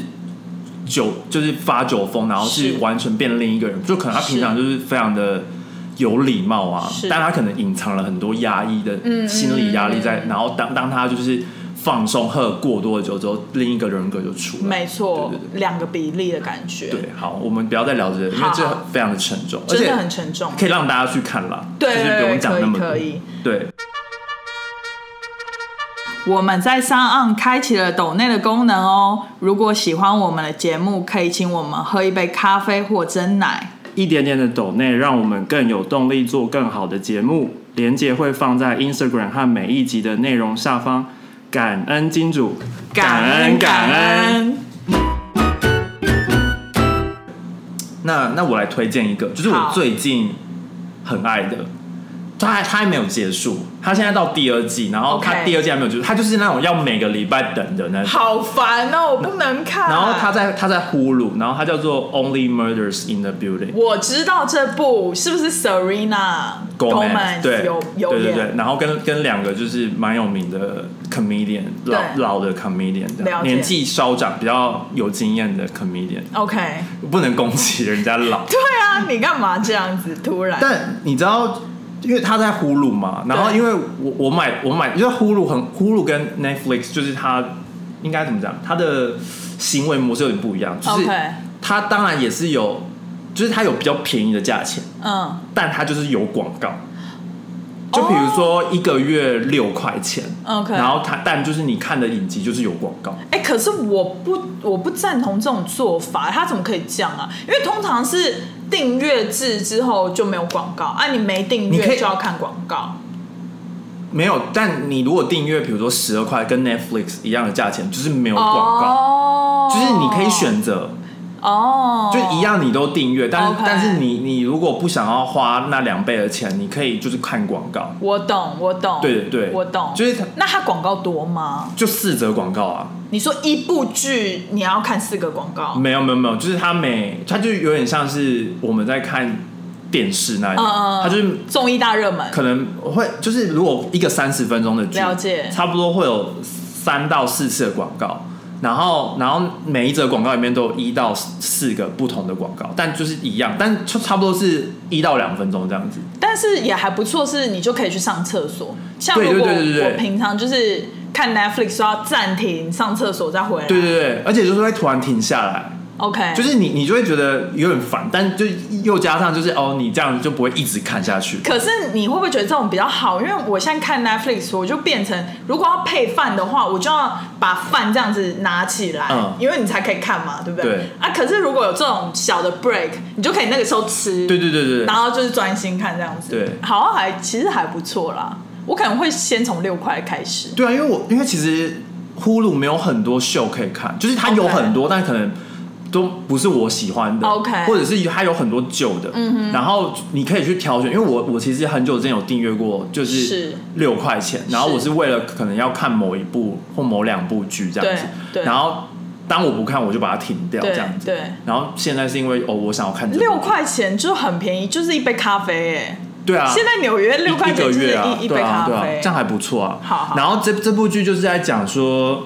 Speaker 2: 酒就是发酒疯，然后是
Speaker 1: 是
Speaker 2: 完全变另一个人。就可能他平常就是非常的有礼貌啊
Speaker 1: 是，嗯
Speaker 2: 但他可能隐藏了很多压抑的心理压力在。然后当当他就是放松喝过多的酒之后，另一个人格就出来。
Speaker 1: 没错
Speaker 2: 对对，
Speaker 1: 两个比例的感觉，
Speaker 2: 对，好，我们不要再聊这个，因为
Speaker 1: 好
Speaker 2: 这非常的沉重，而
Speaker 1: 真
Speaker 2: 且
Speaker 1: 的很沉重。
Speaker 2: 可以让大家去看啦，
Speaker 1: 对
Speaker 2: 就是
Speaker 1: 对
Speaker 2: 不用
Speaker 1: 对，
Speaker 2: 讲
Speaker 1: 可
Speaker 2: 那么
Speaker 1: 以
Speaker 2: 多
Speaker 1: 可。以。
Speaker 2: 对，
Speaker 1: 我们在上岸开启了抖内的功能哦。如果喜欢我们的节目，可以请我们喝一杯咖啡或蒸奶。
Speaker 3: 一点点的抖内，让我们更有动力做更好的节目。连接会放在 Instagram 和每一集的内容下方。感恩金主，
Speaker 1: 感恩。
Speaker 2: 那那我来推荐一个，就是我
Speaker 1: 好
Speaker 2: 最近很爱的，它还它还没有结束，它现在到第二季，然后
Speaker 1: OK
Speaker 2: 它第二季还没有结束，它就是那种要每个礼拜等的那种。
Speaker 1: 好烦哦，我不能看。
Speaker 2: 然后它，在它在呼噜，然后它叫做 Only Murders in the Building，
Speaker 1: 我知道这部是不是 Serena
Speaker 2: Gomez，对，
Speaker 1: 有有
Speaker 2: 对对
Speaker 1: 演？
Speaker 2: 对，然后跟跟两个就是蛮有名的 comedian，老
Speaker 1: 对
Speaker 2: 老的 comedian，这
Speaker 1: 了
Speaker 2: 样
Speaker 1: 解
Speaker 2: 年纪稍长、比较有经验的 comedian，
Speaker 1: OK，
Speaker 2: 不能攻击人家老。
Speaker 1: 对啊，你干嘛这样子突然？
Speaker 2: <laughs> 但你知道，因为他在呼噜嘛，然后
Speaker 1: 对
Speaker 2: 因为我我买我买，因为呼噜很呼噜跟 Netflix 就是它应该怎么讲，它的行为模式有点不一样，就是
Speaker 1: OK
Speaker 2: 它当然也是有，就是它有比较便宜的价钱，
Speaker 1: 嗯，
Speaker 2: 但它就是有广告。就比如说一个月六块钱
Speaker 1: OK
Speaker 2: 然后它但就是你看的影集就是有广告，
Speaker 1: 哎、可是我不我不赞同这种做法，他怎么可以这样啊？因为通常是订阅制之后就没有广告，啊，你没订
Speaker 2: 你可
Speaker 1: 阅
Speaker 2: 以
Speaker 1: 就要看广告。
Speaker 2: 没有，但你如果订阅，比如说十二块跟 Netflix 一样的价钱，就是没有广告
Speaker 1: 哦
Speaker 2: 就是你可以选择，
Speaker 1: 哦，
Speaker 2: 就一。样，你都订阅，但是
Speaker 1: OK
Speaker 2: 但是你你如果不想要花那两倍的钱，你可以就是看广告，
Speaker 1: 我懂，我懂，
Speaker 2: 对对对
Speaker 1: 我懂。
Speaker 2: 就是它
Speaker 1: 那它广告多吗？
Speaker 2: 就四折广告啊，
Speaker 1: 你说一部剧你要看四个广告，
Speaker 2: 没有没有没有，就是它每它就有点像是我们在看电视那样，
Speaker 1: 嗯嗯
Speaker 2: 它就是
Speaker 1: 综艺大热门，
Speaker 2: 可能会就是如果一个三十分钟的剧，
Speaker 1: 了解
Speaker 2: 差不多会有三到四次的广告。然后，然后每一则广告里面都有一到四个不同的广告，但就是一样，但就差不多是一到两分钟这样子。
Speaker 1: 但是也还不错，是你就可以去上厕所。像
Speaker 2: 对
Speaker 1: 如果
Speaker 2: 对对对对
Speaker 1: 我平常就是看 Netflix 都要暂停上厕所再回来，
Speaker 2: 对对对，而且就是会突然停下来，
Speaker 1: 嗯，OK，
Speaker 2: 就是你你就会觉得有点烦，但就又加上就是哦，你这样就不会一直看下去。
Speaker 1: 可是你会不会觉得这种比较好？因为我现在看 Netflix，我就变成如果要配饭的话，我就要把饭这样子拿起来，
Speaker 2: 嗯
Speaker 1: 因为你才可以看嘛，对不对？
Speaker 2: 对
Speaker 1: 啊，可是如果有这种小的 break，你就可以那个时候吃，
Speaker 2: 对对对对
Speaker 1: 然
Speaker 2: 对，
Speaker 1: 后就是专心看这样子，
Speaker 2: 对
Speaker 1: 好像还其实还不错啦。我可能会先从六块开始，
Speaker 2: 对啊，因为我因为其实呼噜没有很多秀可以看，就是它有
Speaker 1: OK
Speaker 2: 很多，但可能。都不是我喜欢的
Speaker 1: OK
Speaker 2: 或者是它有很多旧的，嗯、然后你可以去挑选。因为我我其实很久之前有订阅过，就是
Speaker 1: 是
Speaker 2: 六块钱，然后我是为了可能要看某一部或某两部剧这样子，
Speaker 1: 对对
Speaker 2: 然后当我不看我就把它停掉
Speaker 1: 对
Speaker 2: 这样子，
Speaker 1: 对。
Speaker 2: 然后现在是因为哦，我想要看这个
Speaker 1: 六，块钱就很便宜，就是一杯咖啡诶、
Speaker 2: 对啊，
Speaker 1: 现在纽约 <laughs> 六块
Speaker 2: 一
Speaker 1: 钱
Speaker 2: 个
Speaker 1: 就是一、
Speaker 2: 月啊，
Speaker 1: 一
Speaker 2: 对
Speaker 1: 杯咖
Speaker 2: 啊，
Speaker 1: 啡，
Speaker 2: 对啊，这样还不错啊。
Speaker 1: 好好
Speaker 2: 然后这这部剧就是在讲说，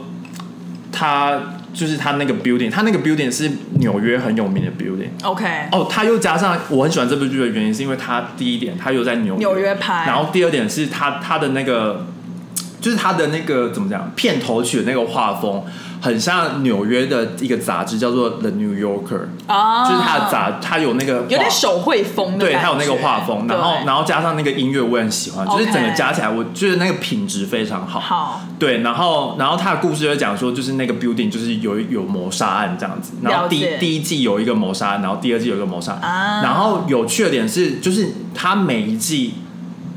Speaker 2: 他就是他那个 building，他那个 building 是纽约很有名的 building。
Speaker 1: OK。
Speaker 2: 哦，他又加上我很喜欢这部剧的原因，是因为他第一点他又在纽
Speaker 1: 纽约拍
Speaker 2: 然后第二点是他他的那个就是他的那个怎么讲片头曲的那个画风，很像纽约的一个杂志叫做《The New Yorker》，
Speaker 1: 啊，
Speaker 2: 就是他的杂，他有那个
Speaker 1: 有
Speaker 2: 画
Speaker 1: 点手绘风的
Speaker 2: 对，
Speaker 1: 感
Speaker 2: 它
Speaker 1: 觉
Speaker 2: 有那个画风，然后
Speaker 1: 对
Speaker 2: 然后加上那个音乐，我也很喜欢，就是
Speaker 1: OK
Speaker 2: 整个加起来，我觉得那个品质非常好。
Speaker 1: 好
Speaker 2: 对，然后然后他的故事就讲说，就是那个 building 就是有有谋杀案这样子，然后
Speaker 1: 了
Speaker 2: 第
Speaker 1: 解
Speaker 2: 第一季有一个谋杀案，然后第二季有一个谋杀案，
Speaker 1: 啊
Speaker 2: 然后有趣的点是，就是他每一季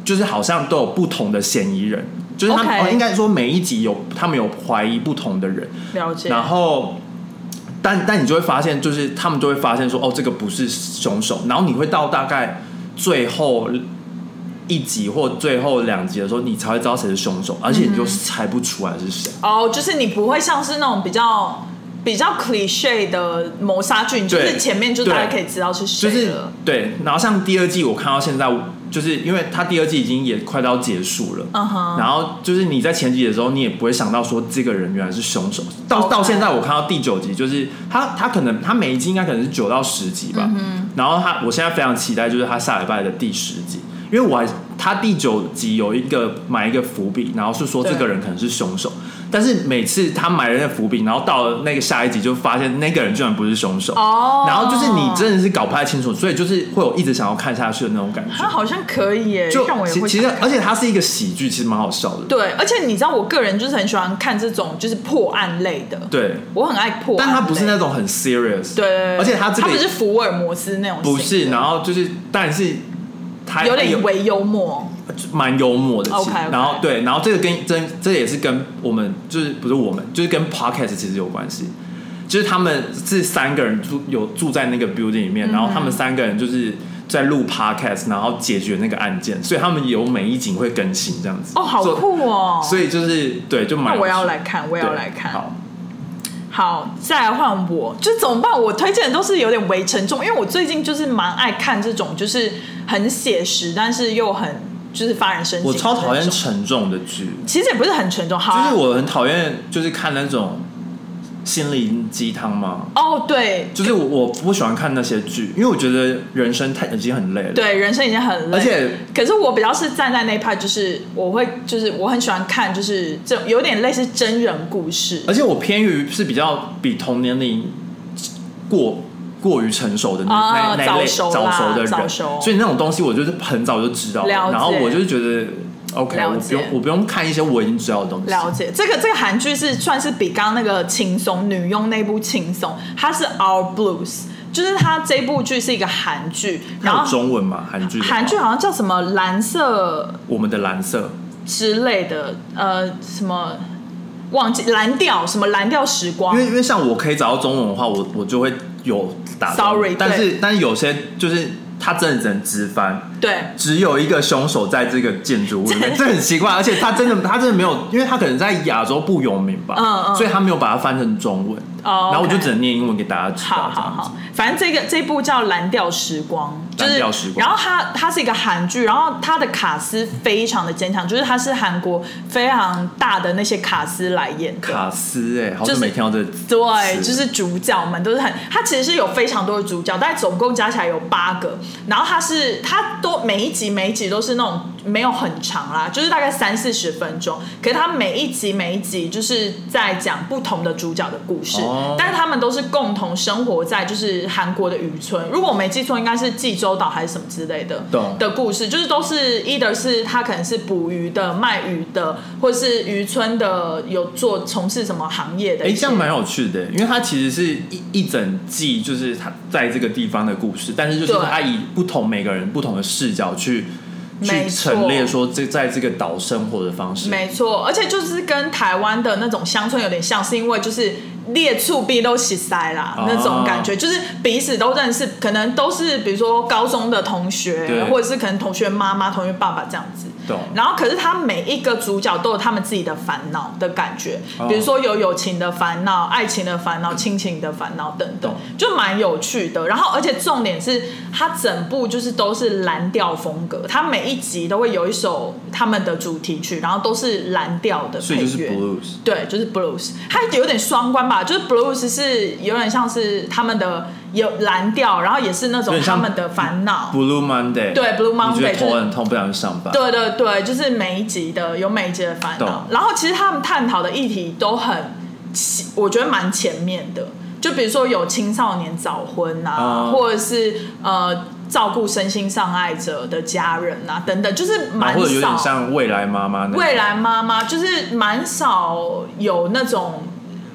Speaker 2: 就是好像都有不同的嫌疑人，就是他们
Speaker 1: OK
Speaker 2: 哦应该说每一集有他们有怀疑不同的人，
Speaker 1: 了解，
Speaker 2: 然后，但但你就会发现，就是他们就会发现说，哦，这个不是凶手。然后你会到大概最后一集或最后两集的时候，你才会知道谁是凶手，而且你就猜不出来是谁。
Speaker 1: 哦，就是你不会像是那种比较比较 cliche 的谋杀剧，你就是
Speaker 2: 对
Speaker 1: 前面就大家
Speaker 2: 对
Speaker 1: 可以知道是
Speaker 2: 就
Speaker 1: 谁
Speaker 2: 是
Speaker 1: 了。
Speaker 2: 对，然后像第二季我看到现在，就是因为它第二季已经也快到结束了，
Speaker 1: 嗯哼
Speaker 2: 然后就是你在前几集的时候，你也不会想到说这个人原来是凶手。到
Speaker 1: OK
Speaker 2: 到现在我看到第九集，就是他他可能他每一集应该可能是九到十集吧，
Speaker 1: 嗯
Speaker 2: 然后他我现在非常期待就是他下礼拜的第十集，因为我还他第九集有一个埋一个伏笔，然后是说
Speaker 1: 对
Speaker 2: 这个人可能是凶手。但是每次他埋了那个伏笔，然后到了那个下一集就发现那个人居然不是凶手，
Speaker 1: 哦
Speaker 2: 然后就是你真的是搞不太清楚，所以就是会有一直想要看下去的那种感觉
Speaker 1: 他。好像可以耶，
Speaker 2: 就
Speaker 1: 哎像我也
Speaker 2: 其
Speaker 1: 会
Speaker 2: 其实
Speaker 1: 想，看
Speaker 2: 而且它是一个喜剧，其实蛮好笑的。
Speaker 1: 对，而且你知道，我个人就是很喜欢看这种就是破案类的，
Speaker 2: 对，
Speaker 1: 我很爱破案类，
Speaker 2: 但它不是那种很 serious。
Speaker 1: 对对，对
Speaker 2: 而且它这个
Speaker 1: 他不是福尔摩斯那种型的，
Speaker 2: 不是，然后哎就是，但是它
Speaker 1: 有点微幽默，
Speaker 2: 蛮幽默的。其实
Speaker 1: OK，OK
Speaker 2: 然后对，然后这个跟真这也是跟我们就是不是我们就是跟 podcast 其实有关系。就是他们是三个人住有住在那个 building 里
Speaker 1: 嗯
Speaker 2: 面，然后他们三个人就是在录 podcast，然后解决那个案件，所以他们有每一集会更新这样子。
Speaker 1: 哦，好
Speaker 2: 所以！
Speaker 1: 酷哦，
Speaker 2: 所以就是对，就蛮
Speaker 1: 那
Speaker 2: 有
Speaker 1: 我要
Speaker 2: 趣
Speaker 1: 来看，我也要
Speaker 2: 对
Speaker 1: 来看，
Speaker 2: 好，
Speaker 1: 好，再来换我，就怎么办？我推荐的都是有点微沉重，因为我最近就是蛮爱看这种，就是很写实，但是又很就是发人深省。
Speaker 2: 我超讨厌，沉重的剧，
Speaker 1: 其实也不是很沉重，好、
Speaker 2: 就
Speaker 1: 啊，
Speaker 2: 是我很讨厌，就是看那种心灵鸡汤嘛。
Speaker 1: 哦，对
Speaker 2: 就是我我不喜欢看那些剧，因为我觉得人生太已经很累了。，
Speaker 1: 对，人生已经很累，
Speaker 2: 而且
Speaker 1: 可是我比较是站在那一派，就是我会就是我很喜欢看，就是这种有点类似真人故事，
Speaker 2: 而且我偏于是比较比同年龄过过于成熟的那、
Speaker 1: 啊
Speaker 2: 那那一
Speaker 1: 早
Speaker 2: 类
Speaker 1: 熟啦
Speaker 2: 早熟的
Speaker 1: 早
Speaker 2: 人，
Speaker 1: 熟
Speaker 2: 所以那种东西我就是很早就知道了
Speaker 1: 了解
Speaker 2: 然后我就是觉得 OK，
Speaker 1: 了
Speaker 2: 我不
Speaker 1: 解
Speaker 2: 用我不用看一些我已经知道的东西。
Speaker 1: 了解，这个这个韩剧是算是比刚刚那个轻松女佣那部轻松，它是 Our Blues，就是它这部剧是一个韩剧，然
Speaker 2: 它有
Speaker 1: 后
Speaker 2: 中文嘛？韩剧的话
Speaker 1: 韩剧好像叫什么蓝色
Speaker 2: 我们的蓝色
Speaker 1: 之类的，呃，什么忘记蓝调什么蓝调时光
Speaker 2: 因为因为像我可以找到中文的话，我我就会有打中文
Speaker 1: Sorry，
Speaker 2: 但是
Speaker 1: 对
Speaker 2: 但是有些就是他真的只能直翻，
Speaker 1: 对。
Speaker 2: 只有一个凶手在这个建筑物里面，这很奇怪，而且他真的他真的没有，因为他可能在亚洲不有名吧，
Speaker 1: 嗯嗯
Speaker 2: 所以他没有把它翻成中文，
Speaker 1: 哦
Speaker 2: 然后我就
Speaker 1: OK
Speaker 2: 只能念英文给大家知
Speaker 1: 好
Speaker 2: 道这
Speaker 1: 好
Speaker 2: 样子
Speaker 1: 好。，反正这个这部叫《蓝调时光》，就是
Speaker 2: 蓝调时光
Speaker 1: 然后它它是一个韩剧，然后它的卡司非常的坚强，就是它是韩国非常大的那些卡司来演的。
Speaker 2: 卡斯哎、好久
Speaker 1: 就是
Speaker 2: 没听到这个词
Speaker 1: 对，就是主角们都是很，它其实是有非常多的主角，但总共加起来有八个。然后它是它都每一集每一集都是那种没有很长啦，就是大概三四十分钟。可是它每一集每一集就是在讲不同的主角的故事，
Speaker 2: 哦
Speaker 1: 但是他们都是共同生活在就是韩国的渔村。如果我没记错，应该是济州岛还是什么之类的
Speaker 2: 懂
Speaker 1: 的故事，就是都是 either 是他可能是捕鱼的、卖鱼的，或是渔村的有做从事什么行业的
Speaker 2: 哎、
Speaker 1: 一些。
Speaker 2: 这样蛮有趣的，因为它其实是一一整季，就是他在这个地方的故事，但是就是
Speaker 1: 对
Speaker 2: 他以不同每个人不同的视角去
Speaker 1: 没
Speaker 2: 去
Speaker 1: 错
Speaker 2: 陈列说这在这个岛生活的方式。
Speaker 1: 没错，而且就是跟台湾的那种乡村有点像，是因为就是列处必都洗塞啦、
Speaker 2: 哦
Speaker 1: 那种感觉，就是彼此都认识，可能都是比如说高中的同学
Speaker 2: 对，
Speaker 1: 或者是可能同学妈妈、同学爸爸这样子。
Speaker 2: 懂
Speaker 1: 然后，可是他每一个主角都有他们自己的烦恼的感觉，
Speaker 2: 哦
Speaker 1: 比如说有友情的烦恼、爱情的烦恼、亲情的烦恼等等
Speaker 2: 嗯懂，
Speaker 1: 就蛮有趣的。然后，而且重点是，它整部就是都是蓝调风格，它每一集都会有一首他们的主题曲，然后都是蓝调的
Speaker 2: 所以
Speaker 1: 配
Speaker 2: 就是
Speaker 1: 乐。
Speaker 2: blues。
Speaker 1: 对，就是 blues，它有点双关吧，就是 blues 是有点像是他们的有蓝调，然后也是那种
Speaker 2: 有点像
Speaker 1: 他们的烦恼。
Speaker 2: Blue Monday，
Speaker 1: 对，Blue Monday，
Speaker 2: 你觉得头
Speaker 1: 就是
Speaker 2: 很痛，不想去上班。
Speaker 1: 对对对，就是每一集的有每一集的烦恼
Speaker 2: 懂，
Speaker 1: 然后其实他们探讨的议题都很前，我觉得蛮前面的，就比如说有青少年早婚啊，
Speaker 2: 嗯
Speaker 1: 或者是呃照顾身心障碍者的家人啊等等，就是
Speaker 2: 然
Speaker 1: 蛮
Speaker 2: 哦后或者有点
Speaker 1: 少。
Speaker 2: 像未来妈妈那种
Speaker 1: 未来妈妈就是蛮少有那种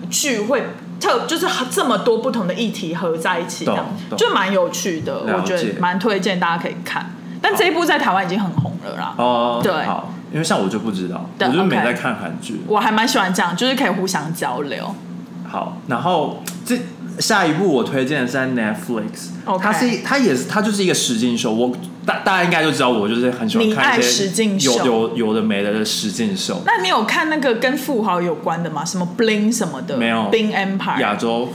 Speaker 1: 聚会。特就是这么多不同的议题合在一起，这样
Speaker 2: 懂懂
Speaker 1: 就蛮有趣的，
Speaker 2: 了
Speaker 1: 我觉
Speaker 2: 解
Speaker 1: 得蛮推荐大家可以看。但这一部在台湾已经很红了啦，
Speaker 2: 哦，
Speaker 1: 对
Speaker 2: 好，因为像我就不知道，我
Speaker 1: 对
Speaker 2: 就没
Speaker 1: OK
Speaker 2: 在看韩剧。
Speaker 1: 我还蛮喜欢这样，就是可以互相交流。
Speaker 2: 好，然后这下一部我推荐的是在 Netflix，
Speaker 1: OK
Speaker 2: 它是它也是它就是一个实境秀，我大大家应该就知道我就是很喜欢
Speaker 1: 你爱
Speaker 2: 看一
Speaker 1: 实境
Speaker 2: 些
Speaker 1: 秀
Speaker 2: 有有有的没的的实境秀，
Speaker 1: 那你有看那个跟富豪有关的吗？什么 bling 什么的？
Speaker 2: 没有
Speaker 1: bling empire，
Speaker 2: 亚洲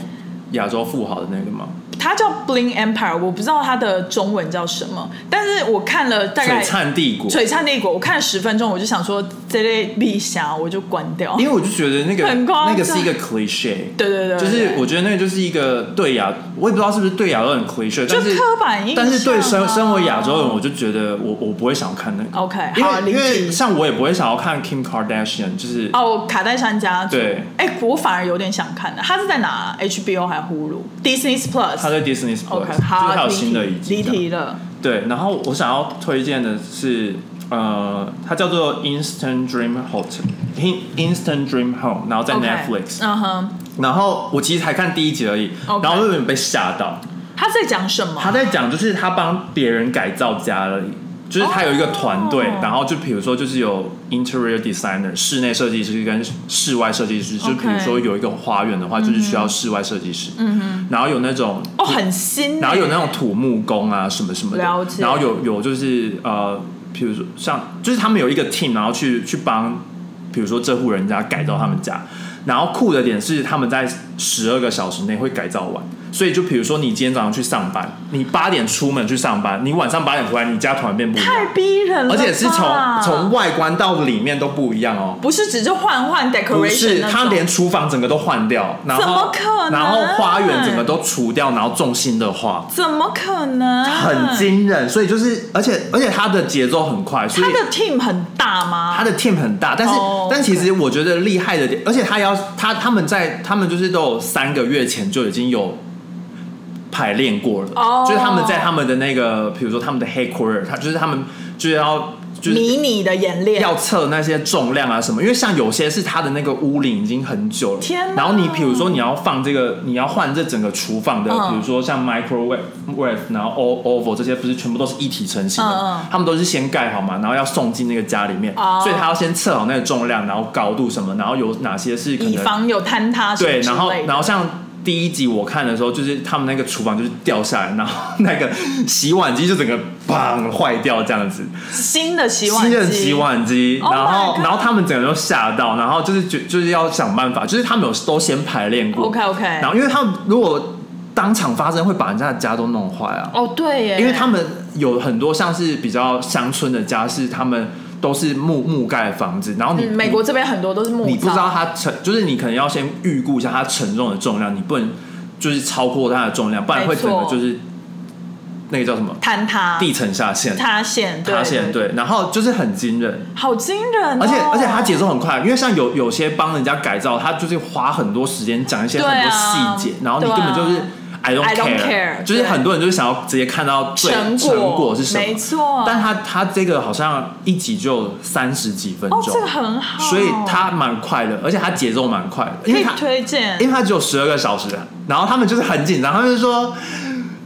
Speaker 2: 亚洲富豪的那个吗？
Speaker 1: 它叫 Bling Empire，我不知道它的中文叫什么，但是我看了大概
Speaker 2: 璀璨帝国，
Speaker 1: 璀璨帝国，我看了十分钟，我就想说这类必侠我就关掉。
Speaker 2: 因为我就觉得那个
Speaker 1: 很夸张
Speaker 2: 那个是一个 cliche，
Speaker 1: 对对对对
Speaker 2: 就是
Speaker 1: 对
Speaker 2: 我觉得那个就是一个对亚，我也不知道是不是对亚洲人 cliche，但是
Speaker 1: 刻板印象啊
Speaker 2: 但是对身身为亚洲人，我就觉得我我不会想要看那个
Speaker 1: OK，
Speaker 2: 因
Speaker 1: 哦好理
Speaker 2: 为因为
Speaker 1: 解
Speaker 2: 像我也不会想要看 Kim Kardashian，就是
Speaker 1: 哦，卡戴珊家族。
Speaker 2: 对
Speaker 1: 哎、我反而有点想看的。它是在哪啊、h b o 还呼噜？Disney
Speaker 2: 他
Speaker 1: Plus。
Speaker 2: 在 Disney Plus，
Speaker 1: OK，
Speaker 2: 就是
Speaker 1: 好，
Speaker 2: 他有
Speaker 1: 离
Speaker 2: 新的
Speaker 1: 题离
Speaker 2: 一季这样。
Speaker 1: 题了。
Speaker 2: 对，然后我想要推荐的是，呃，它叫做 Instant Dream Hotel，In Instant Dream Home，然后在
Speaker 1: OK，
Speaker 2: Netflix，、
Speaker 1: 嗯哼，
Speaker 2: 然后我其实才看第一集而已
Speaker 1: OK
Speaker 2: 然后我有点被吓到。
Speaker 1: 他在讲什么？
Speaker 2: 他在讲就是他帮别人改造家而已，就是他有一个团队
Speaker 1: 哦
Speaker 2: 然后就比如说就是有 interior designer 室内设计师跟室外设计师就
Speaker 1: OK
Speaker 2: 比如说有一个花园的话，就是需要室外设计师，嗯哼，然后有那种
Speaker 1: 哦，很新欸、
Speaker 2: 然后有那种土木工啊什么什么的，
Speaker 1: 了解
Speaker 2: 然后有有就是呃，比如说像就是他们有一个 team，然后去去帮，比如说这户人家改造他们家。然后酷的点是他们在十二个小时内会改造完，所以就比如说你今天早上去上班，你八点出门去上班，你晚上八点回来，你家突然变不一
Speaker 1: <laughs>
Speaker 2: 样，
Speaker 1: 太逼人了吧，
Speaker 2: 而且是从从外观到里面都不一样哦。
Speaker 1: 不是只是换换 decoration，
Speaker 2: 不是，
Speaker 1: 那种
Speaker 2: 他连厨房整个都换掉，然后
Speaker 1: 怎么可能
Speaker 2: 然后花园整个都除掉，然后种新的花，
Speaker 1: 怎么可能？
Speaker 2: 很惊人，所以就是，而且而且他的节奏很快，所以
Speaker 1: 他的 team 很大吗？
Speaker 2: 他的 team 很大，但是、
Speaker 1: 哦
Speaker 2: 但其实我觉得厉害的点，而且他要他他们在他们就是都有三个月前就已经有排练过了，
Speaker 1: 哦
Speaker 2: 就是他们在他们的那个，比如说他们的 headquarter，他就是他们就是要就是。
Speaker 1: 迷你的演练，
Speaker 2: <laughs> 要测那些重量啊什么，因为像有些是它的那个屋龄已经很久了，
Speaker 1: 天哪
Speaker 2: 然后你比如说你要放这个，你要换这整个厨房的，
Speaker 1: 嗯
Speaker 2: 比如说像 microwave、wave，然后 o oval 这些，不是全部都是一体成型的，
Speaker 1: 嗯嗯
Speaker 2: 他们都是先盖好嘛，然后要送进那个家里面，
Speaker 1: 哦
Speaker 2: 所以他要先测好那个重量，然后高度什么，然后有哪些是可
Speaker 1: 以
Speaker 2: 能
Speaker 1: 防有坍塌什么
Speaker 2: 对，
Speaker 1: 之
Speaker 2: 然后
Speaker 1: 类的
Speaker 2: 然后像。第一集我看的时候，就是他们那个厨房就是掉下来，然后那个洗碗机就整个砰坏掉这样子，
Speaker 1: 新的洗碗
Speaker 2: 新
Speaker 1: 机，
Speaker 2: 的洗碗机，
Speaker 1: Oh my
Speaker 2: 然后
Speaker 1: God
Speaker 2: 然后他们整个都吓到，然后就是就就是要想办法，就是他们有都先排练过
Speaker 1: OK OK，
Speaker 2: 然后因为他们如果当场发生，会把人家的家都弄坏啊，
Speaker 1: 哦对耶，
Speaker 2: 因为他们有很多像是比较乡村的家，是他们都是木木盖的房子，然后你、
Speaker 1: 嗯美国这边很多都是木造，
Speaker 2: 你不知道它承，就是你可能要先预估一下它承重的重量，你不能就是超过它的重量，不然会整
Speaker 1: 没
Speaker 2: 个
Speaker 1: 错
Speaker 2: 就是那个叫什么
Speaker 1: 坍塌
Speaker 2: 地层下陷。
Speaker 1: 塌陷，对
Speaker 2: 塌陷，对，然后就是很惊人，
Speaker 1: 好惊人哦、
Speaker 2: 而且而且他节奏很快，因为像有有些帮人家改造，他就是花很多时间讲一些
Speaker 1: 对啊
Speaker 2: 很多细节，然后你
Speaker 1: 对啊
Speaker 2: 根本就是 I don't
Speaker 1: I don't care，
Speaker 2: 就是
Speaker 1: 对
Speaker 2: 很多人就是想要直接看到最
Speaker 1: 成果
Speaker 2: 成果是什么，
Speaker 1: 没错
Speaker 2: 但他他这个好像一集就三十几分钟，
Speaker 1: 哦这个很好，
Speaker 2: 所以他蛮快的，而且他节奏蛮快的，因
Speaker 1: 可
Speaker 2: 为
Speaker 1: 以
Speaker 2: 他
Speaker 1: 推荐
Speaker 2: 因为他只有十二个小时，啊然后他们就是很紧张，他们就说，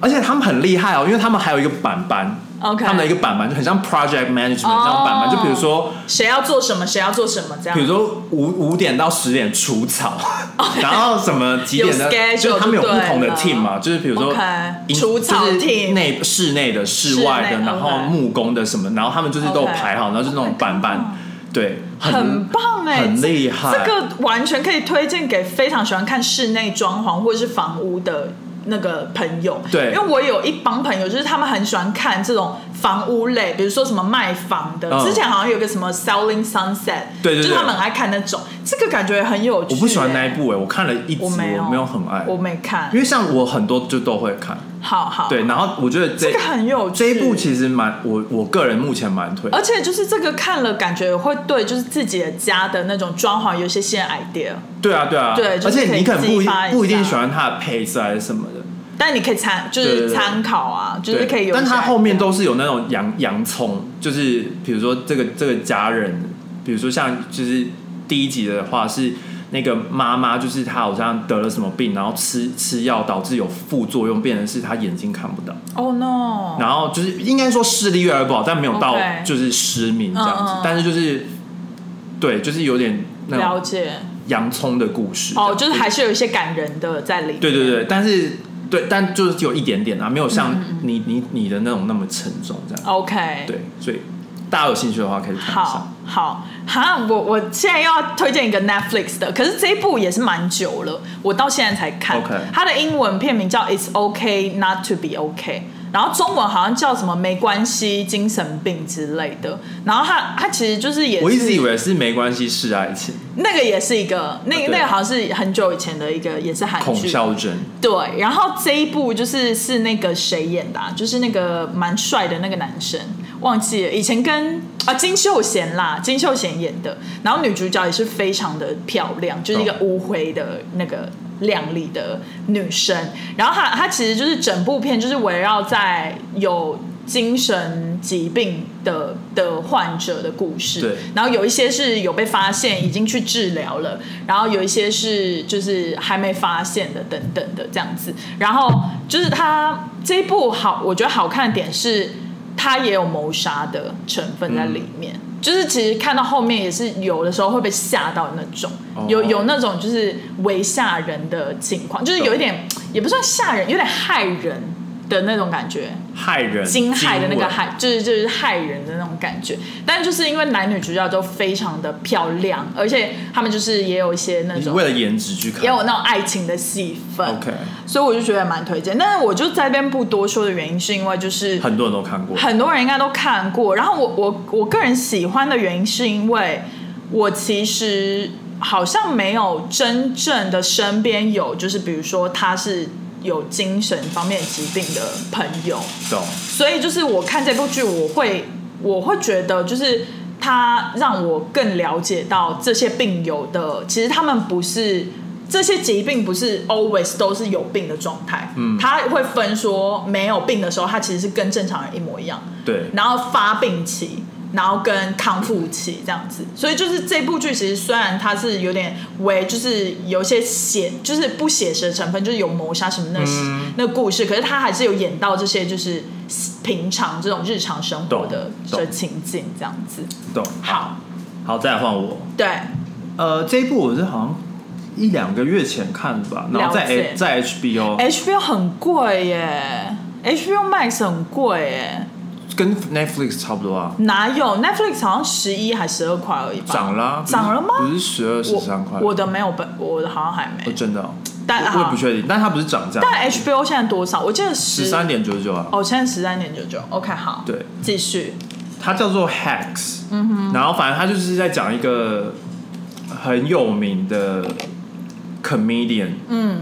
Speaker 2: 而且他们很厉害哦，因为他们还有一个板板
Speaker 1: OK
Speaker 2: 他们的一个板板就很像 project management 这样板
Speaker 1: 哦
Speaker 2: 板，就比如说。
Speaker 1: 谁要做什么，谁要做什么这样
Speaker 2: 比如。说五五点到十点除草 <laughs> 然后什么几点的
Speaker 1: 哦有 schedule
Speaker 2: 就是他们有不
Speaker 1: 就
Speaker 2: 同的
Speaker 1: 对了
Speaker 2: team 嘛，就是比如说
Speaker 1: OK，
Speaker 2: 营
Speaker 1: 除草
Speaker 2: 就是
Speaker 1: team
Speaker 2: 内室内的、室外
Speaker 1: 室
Speaker 2: 的，
Speaker 1: 内
Speaker 2: 然后
Speaker 1: OK
Speaker 2: 木工的什么，然后他们就是都有
Speaker 1: OK
Speaker 2: 排好，然后就是那种
Speaker 1: Oh my
Speaker 2: 板板
Speaker 1: God
Speaker 2: 对，
Speaker 1: 很棒哎、
Speaker 2: 很厉害
Speaker 1: 这这个完全可以推荐给非常喜欢看室内装潢或者是房屋的那个朋友。
Speaker 2: 对
Speaker 1: 因为我有一帮朋友，就是他们很喜欢看这种房屋类，比如说什么卖房的，
Speaker 2: 嗯
Speaker 1: 之前好像有个什么 Selling Sunset，
Speaker 2: 对对对
Speaker 1: 就是他们很爱看那种，这个感觉很有趣、
Speaker 2: 我不喜欢那
Speaker 1: 哎，
Speaker 2: 一部哎，我看了一集，
Speaker 1: 我
Speaker 2: 我
Speaker 1: 没有，
Speaker 2: 没有很爱，
Speaker 1: 我没看
Speaker 2: 因。为像我很多就都会看，
Speaker 1: 好好，
Speaker 2: 对，，然后我觉得这
Speaker 1: 哦这个很有趣。
Speaker 2: 这一部其实蛮我我个人目前蛮推，
Speaker 1: 而且就是这个看了，感觉会对就是自己的家的那种装潢有一些新的 idea，
Speaker 2: 对啊对啊，
Speaker 1: 对就是
Speaker 2: 而且
Speaker 1: 可以
Speaker 2: 你可能不
Speaker 1: 激发一下
Speaker 2: 不一定喜欢它的配色还是什么的，
Speaker 1: 但你可以参就
Speaker 2: 对
Speaker 1: 是
Speaker 2: 对对
Speaker 1: 参考啊，就是
Speaker 2: 对，
Speaker 1: 可以有一些 idea。
Speaker 2: 但它后面都是有那种洋洋葱，就是比如说这个这个家人，比如说像就是第一集的话是那个妈妈，就是她好像得了什么病，然后吃吃药导致有副作用，变成是她眼睛看不到，
Speaker 1: Oh no！
Speaker 2: 然后就是应该说视力越来越不好，但没有到
Speaker 1: OK
Speaker 2: 就是失明这样子，
Speaker 1: 嗯嗯嗯
Speaker 2: 但是就是对，就是有点那
Speaker 1: 了
Speaker 2: 种
Speaker 1: 解
Speaker 2: 洋葱的故事这样
Speaker 1: 哦，就是还是有一些感人的在里面。
Speaker 2: 对对对，但是对，但就是
Speaker 1: 嗯
Speaker 2: 只有一点点啊，没有像你你你的那种那么沉重这样。
Speaker 1: ，OK，
Speaker 2: 对，所以大家有兴趣的话可以去看一下
Speaker 1: 好。好哈，我我现在又要推荐一个 Netflix 的，可是这一部也是蛮久了，我到现在才看。
Speaker 2: OK
Speaker 1: 它的英文片名叫《It's OK Not to Be OK》，然后中文好像叫什么“没关系”、“精神病”之类的。然后它它其实就是也是
Speaker 2: 我一直以为是没关系是爱情，
Speaker 1: 那个也是一个，那
Speaker 2: 啊对
Speaker 1: 个那个好像是很久以前的一个，也是韩
Speaker 2: 孔
Speaker 1: 剧。
Speaker 2: 孝真
Speaker 1: 对，然后这一部就是是那个谁演的、啊，就是那个蛮帅的那个男生，忘记了，以前跟啊金秀贤啦，金秀贤演的，然后女主角也是非常的漂亮，就是一个
Speaker 2: 懂
Speaker 1: 乌灰的那个靓丽的女生，然后她她其实就是整部片就是围绕在有。精神疾病的的患者的故事，
Speaker 2: 对
Speaker 1: 然后有一些是有被发现，已经去治疗了，然后有一些是就是还没发现的，等等的这样子。然后就是它这一部好，我觉得好看的点是它也有谋杀的成分在里面，
Speaker 2: 嗯
Speaker 1: 就是其实看到后面也是有的时候会被吓到的那种，
Speaker 2: 哦
Speaker 1: 有有那种就是为吓人的情况，就是有一点也不算吓人，有点害人的那种感觉。
Speaker 2: 害人
Speaker 1: 惊骇的那个
Speaker 2: 吻
Speaker 1: 害，就是就是害人的那种感觉。但就是因为男女主角都非常的漂亮，而且他们就是也有一些那
Speaker 2: 你是
Speaker 1: 种
Speaker 2: 为了颜值去看
Speaker 1: 也有那种爱情的戏份
Speaker 2: OK，
Speaker 1: 所以我就觉得蛮推荐。但是我就在这边不多说的原因，是因为就是
Speaker 2: 很多人都看过。
Speaker 1: 很多人应该都看过。然后我我我个人喜欢的原因是因为我其实好像没有真正的身边有，就是比如说他是有精神方面疾病的朋友，
Speaker 2: 懂，
Speaker 1: 所以就是我看这部剧，我会我会觉得就是它让我更了解到这些病友的，其实他们不是这些疾病不是 always 都是有病的状态，嗯，他会分说没有病的时候，他其实是跟正常人一模一样，
Speaker 2: 对，
Speaker 1: 然后发病期，然后跟康复期这样子。所以就是这部剧其实虽然它是有点为就是有一些写就是不写实的成分，就是有谋杀什么那、
Speaker 2: 嗯
Speaker 1: 那故事，可是它还是有演到这些就是平常这种日常生活的
Speaker 2: 懂
Speaker 1: 的情境这样子。
Speaker 2: 懂。
Speaker 1: 好，
Speaker 2: 好，再来换我。
Speaker 1: 对，
Speaker 2: 呃，这一部我是好像一两个月前看的吧，然后在
Speaker 1: 了解哎
Speaker 2: H- 在 HBO
Speaker 1: HBO 很贵耶，HBO Max 很贵耶，
Speaker 2: 跟 Netflix 差不多啊，
Speaker 1: 哪有 Netflix 好像十一还十二块而已吧？
Speaker 2: 涨啊啦，不是
Speaker 1: 涨了吗？
Speaker 2: 不是十二十三块，
Speaker 1: 我我的没有本，我的好像还没。
Speaker 2: 哦真的哦，
Speaker 1: 但
Speaker 2: 我我也不确定，但它不是涨价，
Speaker 1: 但 HBO 现在多少？我记得十
Speaker 2: 十三点九九啊，
Speaker 1: 哦，现在十三点九九。OK，好，
Speaker 2: 对，
Speaker 1: 继续。
Speaker 2: 它叫做 Hacks，嗯哼，然后反正它就是在讲一个很有名的 comedian，嗯，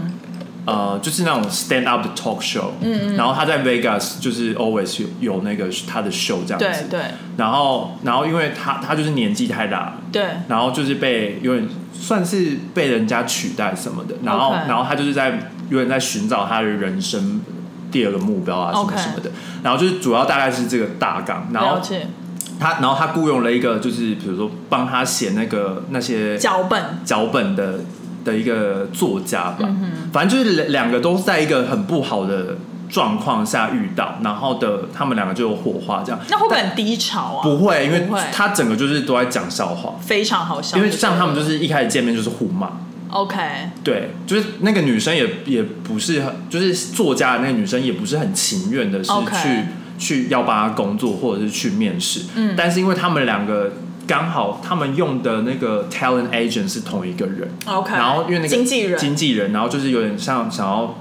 Speaker 2: 呃，就是那种 stand up 的 talk show，嗯嗯，然后他在 Vegas 就是 always 有有那个他的 show 这样子，
Speaker 1: 对对
Speaker 2: 然后然后因为他他就是年纪太大了，
Speaker 1: 对，
Speaker 2: 然后就是被有点算是被人家取代什么的，然后
Speaker 1: OK
Speaker 2: 然后他就是在有点在寻找他的人生第二个目标啊什么
Speaker 1: OK
Speaker 2: 什么的然后就是主要大概是这个大纲，然后
Speaker 1: 了解。
Speaker 2: 他然后他雇佣了一个就是比如说帮他写那个那些
Speaker 1: 脚本
Speaker 2: 脚本的的一个作家吧，
Speaker 1: 嗯
Speaker 2: 反正就是两两个都是在一个很不好的状况下遇到，然后的他们两个就有火花这样，
Speaker 1: 那会不会很低潮啊？
Speaker 2: 不会，因为
Speaker 1: 不会
Speaker 2: 他整个就是都在讲笑话。
Speaker 1: 非常好笑。
Speaker 2: 因为像他们就是一开始见面就是互骂，
Speaker 1: OK，
Speaker 2: 对，就是那个女生也也不是很，就是作家的那个女生也不是很情愿的是去
Speaker 1: OK
Speaker 2: 去要帮他工作或者是去面试，嗯，但是因为他们两个刚好他们用的那个 talent agent 是同一个人
Speaker 1: OK
Speaker 2: 然后因为那个
Speaker 1: 经纪人
Speaker 2: 经纪人，然后就是有点像想要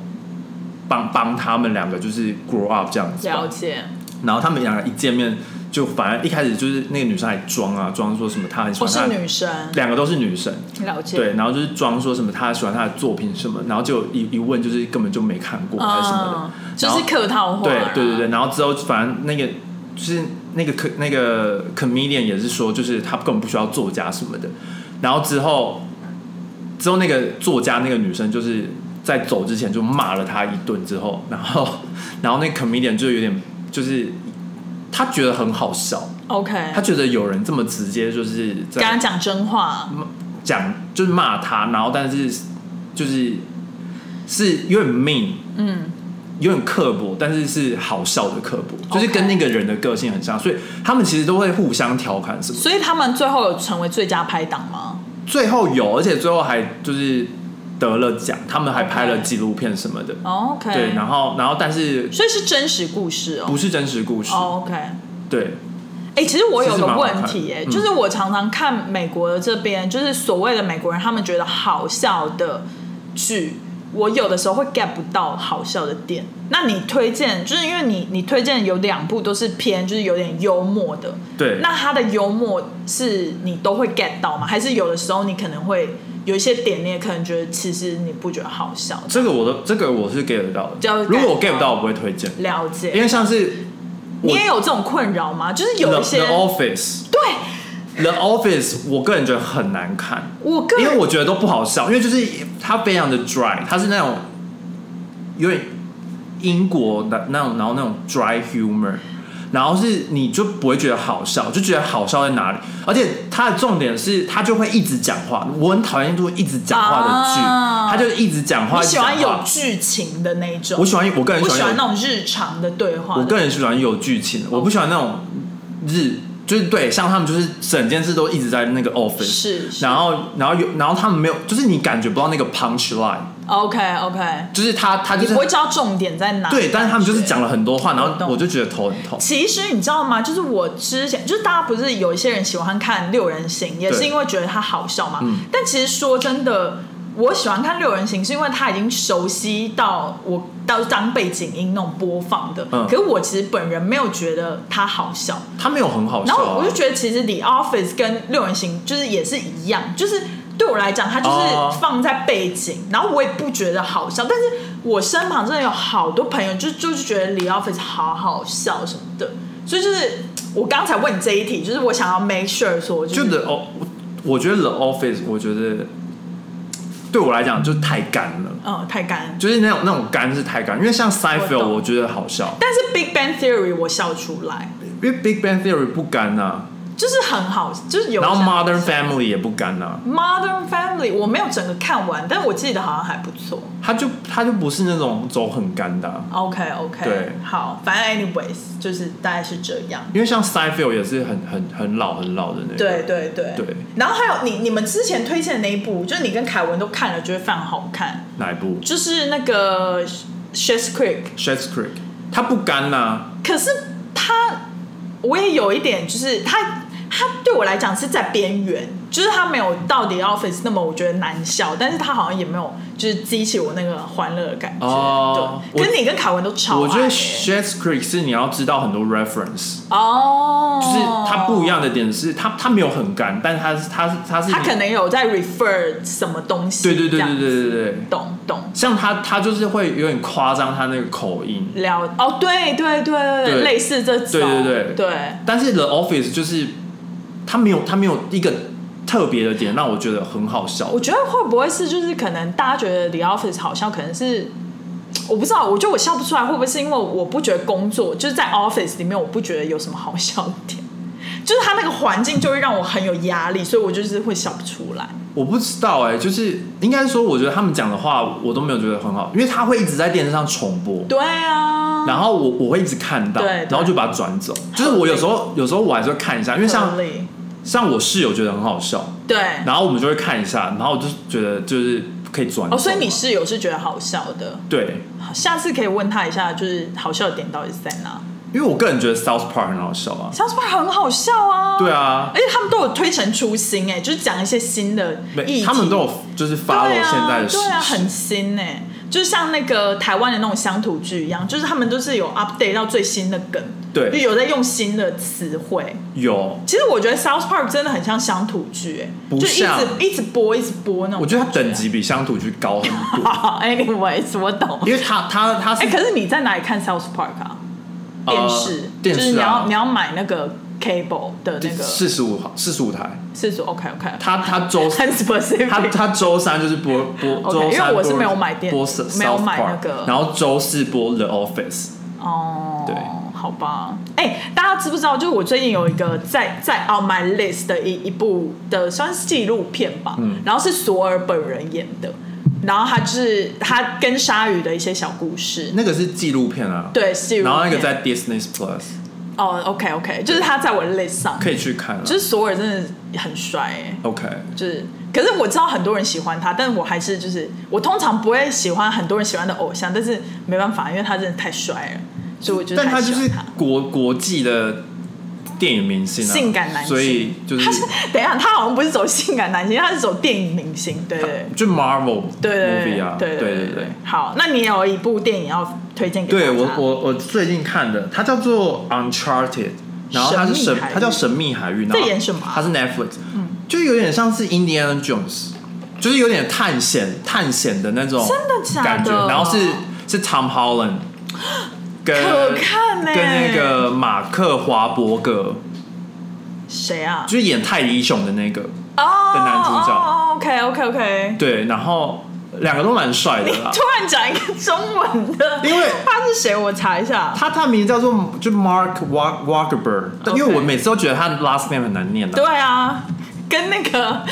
Speaker 2: 帮帮他们两个就是 grow up 这样子吧，
Speaker 1: 了解。
Speaker 2: 然后他们两个一见面就反而一开始就是那个女生还装啊装说什么她很喜
Speaker 1: 不
Speaker 2: 欢
Speaker 1: 哦是
Speaker 2: 他，
Speaker 1: 女生，
Speaker 2: 两个都是女生，
Speaker 1: 了解。
Speaker 2: 对，然后就是装说什么他喜欢他的作品什么，然后就一一问就是根本就没看过还是什么
Speaker 1: 嗯，
Speaker 2: 的，然
Speaker 1: 就
Speaker 2: 啊后
Speaker 1: 是客套话。
Speaker 2: 对对对对，。然后之后反正那个就是那个 co- 那个 comedian 也是说，就是他根本不需要作家什么的，然后之后之后那个作家那个女生就是在走之前就骂了他一顿之后，然后 <laughs> 然后那个 comedian 就有点就是他觉得很好笑，
Speaker 1: OK，
Speaker 2: 他觉得有人这么直接就是在
Speaker 1: 跟他讲真话，
Speaker 2: 讲就是骂他，然后但是就是是有点 mean，
Speaker 1: 嗯，
Speaker 2: 有点刻薄，但是是好笑的刻薄，就
Speaker 1: OK
Speaker 2: 是跟那个人的个性很像，所以他们其实都会互相调侃什么。
Speaker 1: 所以他们最后有成为最佳拍档吗？
Speaker 2: 最后有，而且最后还就是得了奖，他们还拍了
Speaker 1: OK
Speaker 2: 纪录片什么的。
Speaker 1: 哦 OK，
Speaker 2: 对，然后然后但是
Speaker 1: 所以是真实故事哦
Speaker 2: 不。是真实故事，
Speaker 1: 哦 OK，
Speaker 2: 对，
Speaker 1: 哎、其实我有个
Speaker 2: 其实蛮好
Speaker 1: 问
Speaker 2: 看嗯的
Speaker 1: 题、哎、就是我常常看美国的这边，就是所谓的美国人，他们觉得好笑的剧，我有的时候会 get 不到好笑的点。那你推荐，就是因为你你推荐有两部都是偏就是有点幽默的，
Speaker 2: 对
Speaker 1: 那他的幽默是你都会 get 到吗？还是有的时候你可能会有一些点，你也可能觉得其实你不觉得好笑？
Speaker 2: 这个我的这个我是 get 得到
Speaker 1: 就
Speaker 2: 的，如果我 get 不到，我不会推荐，
Speaker 1: 了
Speaker 2: 因
Speaker 1: 解，
Speaker 2: 为像是我
Speaker 1: 你也有这种困扰吗？就是有
Speaker 2: The
Speaker 1: 一些
Speaker 2: The Office。
Speaker 1: 对
Speaker 2: The Office，我个人觉得很难看，
Speaker 1: 我个
Speaker 2: 因
Speaker 1: 人
Speaker 2: 为我觉得都不好笑，因为就是它非常的 dry，它是那种有点英国的那种，然后那种 dry humor，然后是你就不会觉得好笑，就觉得好笑在哪里？而且它的重点是，它就会一直讲话，我很讨厌就是一直讲话的剧，
Speaker 1: 啊
Speaker 2: 它就一直讲话，
Speaker 1: 你喜欢
Speaker 2: 一直讲话
Speaker 1: 有剧情的那一种，
Speaker 2: 我喜欢，我个人
Speaker 1: 不
Speaker 2: 喜
Speaker 1: 喜
Speaker 2: 欢有
Speaker 1: 欢那种日常的对话的。哦
Speaker 2: 我个人是喜欢有剧情的，我不喜欢那种日，就是对，像他们就是整件事都一直在那个 office，
Speaker 1: 是是
Speaker 2: 然后然后有，然后他们没有，就是你感觉不到那个 punch line，
Speaker 1: OK OK，
Speaker 2: 就是他他就
Speaker 1: 你
Speaker 2: 是
Speaker 1: 不会知道重点在哪。
Speaker 2: 对，但是他们就是讲。了很多话，然
Speaker 1: 我
Speaker 2: 后
Speaker 1: 懂
Speaker 2: 我就觉得头很痛。
Speaker 1: 其实你知道吗？就是我之前，就是大家不是有一些人喜欢看六人行，也是因为觉得它好笑嘛。
Speaker 2: 嗯
Speaker 1: 但其实说真的，我喜欢看六人行，是因为它已经熟悉到我到当背景音那种播放的。
Speaker 2: 嗯
Speaker 1: 可是我其实本人没有觉得它好笑，
Speaker 2: 他没有很好笑、
Speaker 1: 然
Speaker 2: 啊，
Speaker 1: 后我就觉得，其实《The Office》跟《六人行》就是也是一样，就是对我来讲，它
Speaker 2: 哦
Speaker 1: 就是放在背景，然后我也不觉得好笑。但是我身旁真的有好多朋友就，就是觉得《The Office》好好笑什么的，所以就是我刚才问你这一题，就是我想要 make sure 说，就
Speaker 2: 就是 The O，我觉得 The Office，我觉得对我来讲就太干了，
Speaker 1: 嗯太干。
Speaker 2: 就是那种那种干是太干，因为像 Seinfeld
Speaker 1: 懂
Speaker 2: 我觉得好笑，
Speaker 1: 但是《Big Bang Theory》我笑出来，
Speaker 2: 因为 Big Bang Theory 不干呐、啊。
Speaker 1: 就是很好，就是有
Speaker 2: 然后
Speaker 1: 一些
Speaker 2: Modern Family 也不干呐、啊
Speaker 1: Modern Family》我没有整个看完，但我记得好像还不错。
Speaker 2: 他就他就不是那种走很干的啊、
Speaker 1: OK OK，
Speaker 2: 对
Speaker 1: 好，反正 anyways 就是大概是这样。
Speaker 2: 因为像 Seinfeld 也是很很很老很老的那种。
Speaker 1: 对对对
Speaker 2: 对
Speaker 1: 然后还有你你们之前推荐的那一部，就是你跟凯文都看了，觉得非常好看，
Speaker 2: 哪一部
Speaker 1: 就是那个《Shit's Creek》，
Speaker 2: ？Shades Creek，他不干啊呐、
Speaker 1: 可是他我也有一点，就是他他对我来讲是在边缘，就是他没有到底 Office 那么我觉得难笑，但是他好像也没有就是激起我那个欢乐的感觉。
Speaker 2: 哦
Speaker 1: 对，可
Speaker 2: 我
Speaker 1: 是你跟凯文都超爱、
Speaker 2: 我觉
Speaker 1: 欸
Speaker 2: 得 Shades Creek 是你要知道很多 reference，、
Speaker 1: 哦，
Speaker 2: 就是它不一样的点是它它没有很干，但是它是它是它是
Speaker 1: 他可能有在 refer 什么东西，
Speaker 2: 嗯对对对
Speaker 1: 这样
Speaker 2: 对
Speaker 1: 子
Speaker 2: 对对对，
Speaker 1: 懂懂
Speaker 2: 像他他就是会有点夸张他那个口音，
Speaker 1: 了哦，对对对对对，
Speaker 2: 对
Speaker 1: 类似这种，
Speaker 2: 对对对
Speaker 1: 对
Speaker 2: 但是 The Office 就是他没有他没有一个特别的点让我觉得很好笑
Speaker 1: 我，觉得会不会是就是可能大家觉得 The Office 好笑，可能是我不知道，我觉得我笑不出来，会不会是因为我不觉得工作就是在 Office 里面，我不觉得有什么好笑的点，就是他那个环境就会让我很有压力，所以我就是会笑不出来。
Speaker 2: 我不知道哎、就是应该说，我觉得他们讲的话我都没有觉得很好，因为他会一直在电视上重播，
Speaker 1: 对啊，
Speaker 2: 然后我我会一直看到，
Speaker 1: 对对
Speaker 2: 然后就把它转走。就是我有时候有时候我还是会看一下，因为像
Speaker 1: 合理
Speaker 2: 像我室友觉得很好笑，
Speaker 1: 对，
Speaker 2: 然后我们就会看一下，然后我就觉得就是可以转走。
Speaker 1: 哦，所以你室友是觉得好笑的，
Speaker 2: 对，
Speaker 1: 下次可以问他一下，就是好笑的点到底是在哪
Speaker 2: 因为我个人觉得 South Park 很好笑啊，
Speaker 1: ？South Park 很好笑啊，
Speaker 2: 对啊
Speaker 1: 而，且他们都有推陈出新哎、就是讲一些新的议
Speaker 2: 每
Speaker 1: 题，
Speaker 2: 他们都有就是 follow
Speaker 1: 对啊
Speaker 2: 现在的时
Speaker 1: 对啊，
Speaker 2: 事
Speaker 1: 很。新哎、就是像那个台湾的那种乡土剧一样，就是他们都是有 update 到最新的梗，
Speaker 2: 对
Speaker 1: 就有在用新的词汇。
Speaker 2: 有，
Speaker 1: 其实我觉得 South Park 真的很像乡土剧、哎，
Speaker 2: 不
Speaker 1: 就一
Speaker 2: 像
Speaker 1: 直一直播一直播那种。
Speaker 2: 我觉得它等级比乡土剧高很
Speaker 1: <laughs>
Speaker 2: 多，
Speaker 1: 好，anyways，我懂。
Speaker 2: 因为它它它是
Speaker 1: 哎、可是你在哪里看 South Park 啊？
Speaker 2: 呃
Speaker 1: 电视，
Speaker 2: 电
Speaker 1: 就是
Speaker 2: 视
Speaker 1: 你
Speaker 2: 啊
Speaker 1: 要你要买那个 cable 的那个
Speaker 2: 四十五号四十五台，
Speaker 1: 是说 OK OK，
Speaker 2: 他他周
Speaker 1: <laughs> 很 specific，
Speaker 2: 他他周三就是播播
Speaker 1: OK，
Speaker 2: 周
Speaker 1: 因为
Speaker 2: 三
Speaker 1: 我是
Speaker 2: 播
Speaker 1: 没有买电
Speaker 2: 播
Speaker 1: 没有
Speaker 2: South
Speaker 1: 买
Speaker 2: Park，
Speaker 1: 那个
Speaker 2: 然后周四播 The Office，
Speaker 1: 哦，
Speaker 2: 对
Speaker 1: 好吧。哎、大家知不知道？就是我最近有一个在在 on my list 的一一部的算是纪录片吧，
Speaker 2: 嗯
Speaker 1: 然后是索尔本人演的，然后他就是他跟鲨鱼的一些小故事。
Speaker 2: 那个是纪录片啊，，
Speaker 1: 对，纪录片
Speaker 2: 然后那个在 Disney Plus
Speaker 1: 哦，OK OK，就是他在我的 list 上，
Speaker 2: 可以去看啊
Speaker 1: 就是索尔真的很帅哎、
Speaker 2: ，OK，
Speaker 1: 就是，可是我知道很多人喜欢他，但我还是就是，我通常不会喜欢很多人喜欢的偶像，但是没办法，因为他真的太帅了，所以我觉得
Speaker 2: 但
Speaker 1: 他
Speaker 2: 它就是
Speaker 1: 他。
Speaker 2: 国国际的电影明星、啊，
Speaker 1: 性感男星，
Speaker 2: 所以就
Speaker 1: 他
Speaker 2: 是
Speaker 1: 是等一下，他好像不是走性感男星，他是走电影明星，对对
Speaker 2: 就 Marvel
Speaker 1: 对对
Speaker 2: movie 啊，
Speaker 1: 对
Speaker 2: 对
Speaker 1: 对好，那你有一部电影要推荐给
Speaker 2: 对
Speaker 1: 大
Speaker 2: 我
Speaker 1: 家
Speaker 2: 我我最近看的，它叫做《Uncharted》，然后它是
Speaker 1: 神
Speaker 2: 神
Speaker 1: 秘海域，
Speaker 2: 它叫《神秘海域》，然后
Speaker 1: 在演什么啊
Speaker 2: 它是 Netflix，就有点像是 Indiana Jones，就是有点探险探险的那种
Speaker 1: 真的假的
Speaker 2: 感觉，然后是是 Tom Holland 跟
Speaker 1: 可看欸
Speaker 2: 跟那个马克华伯格，
Speaker 1: 谁啊？
Speaker 2: 就是演泰迪熊的那个，
Speaker 1: 哦
Speaker 2: 的男主角
Speaker 1: 哦，OK OK OK，
Speaker 2: 对，然后两个都蛮帅的啦
Speaker 1: 突。然讲一个中文的，
Speaker 2: 啊因为
Speaker 1: 他是谁？我查一下。
Speaker 2: 他他名字叫做就 Mark Wa- Wahlberg，但因为
Speaker 1: OK
Speaker 2: 我每次都觉得他的 last name 很难念的、
Speaker 1: 对啊，跟那个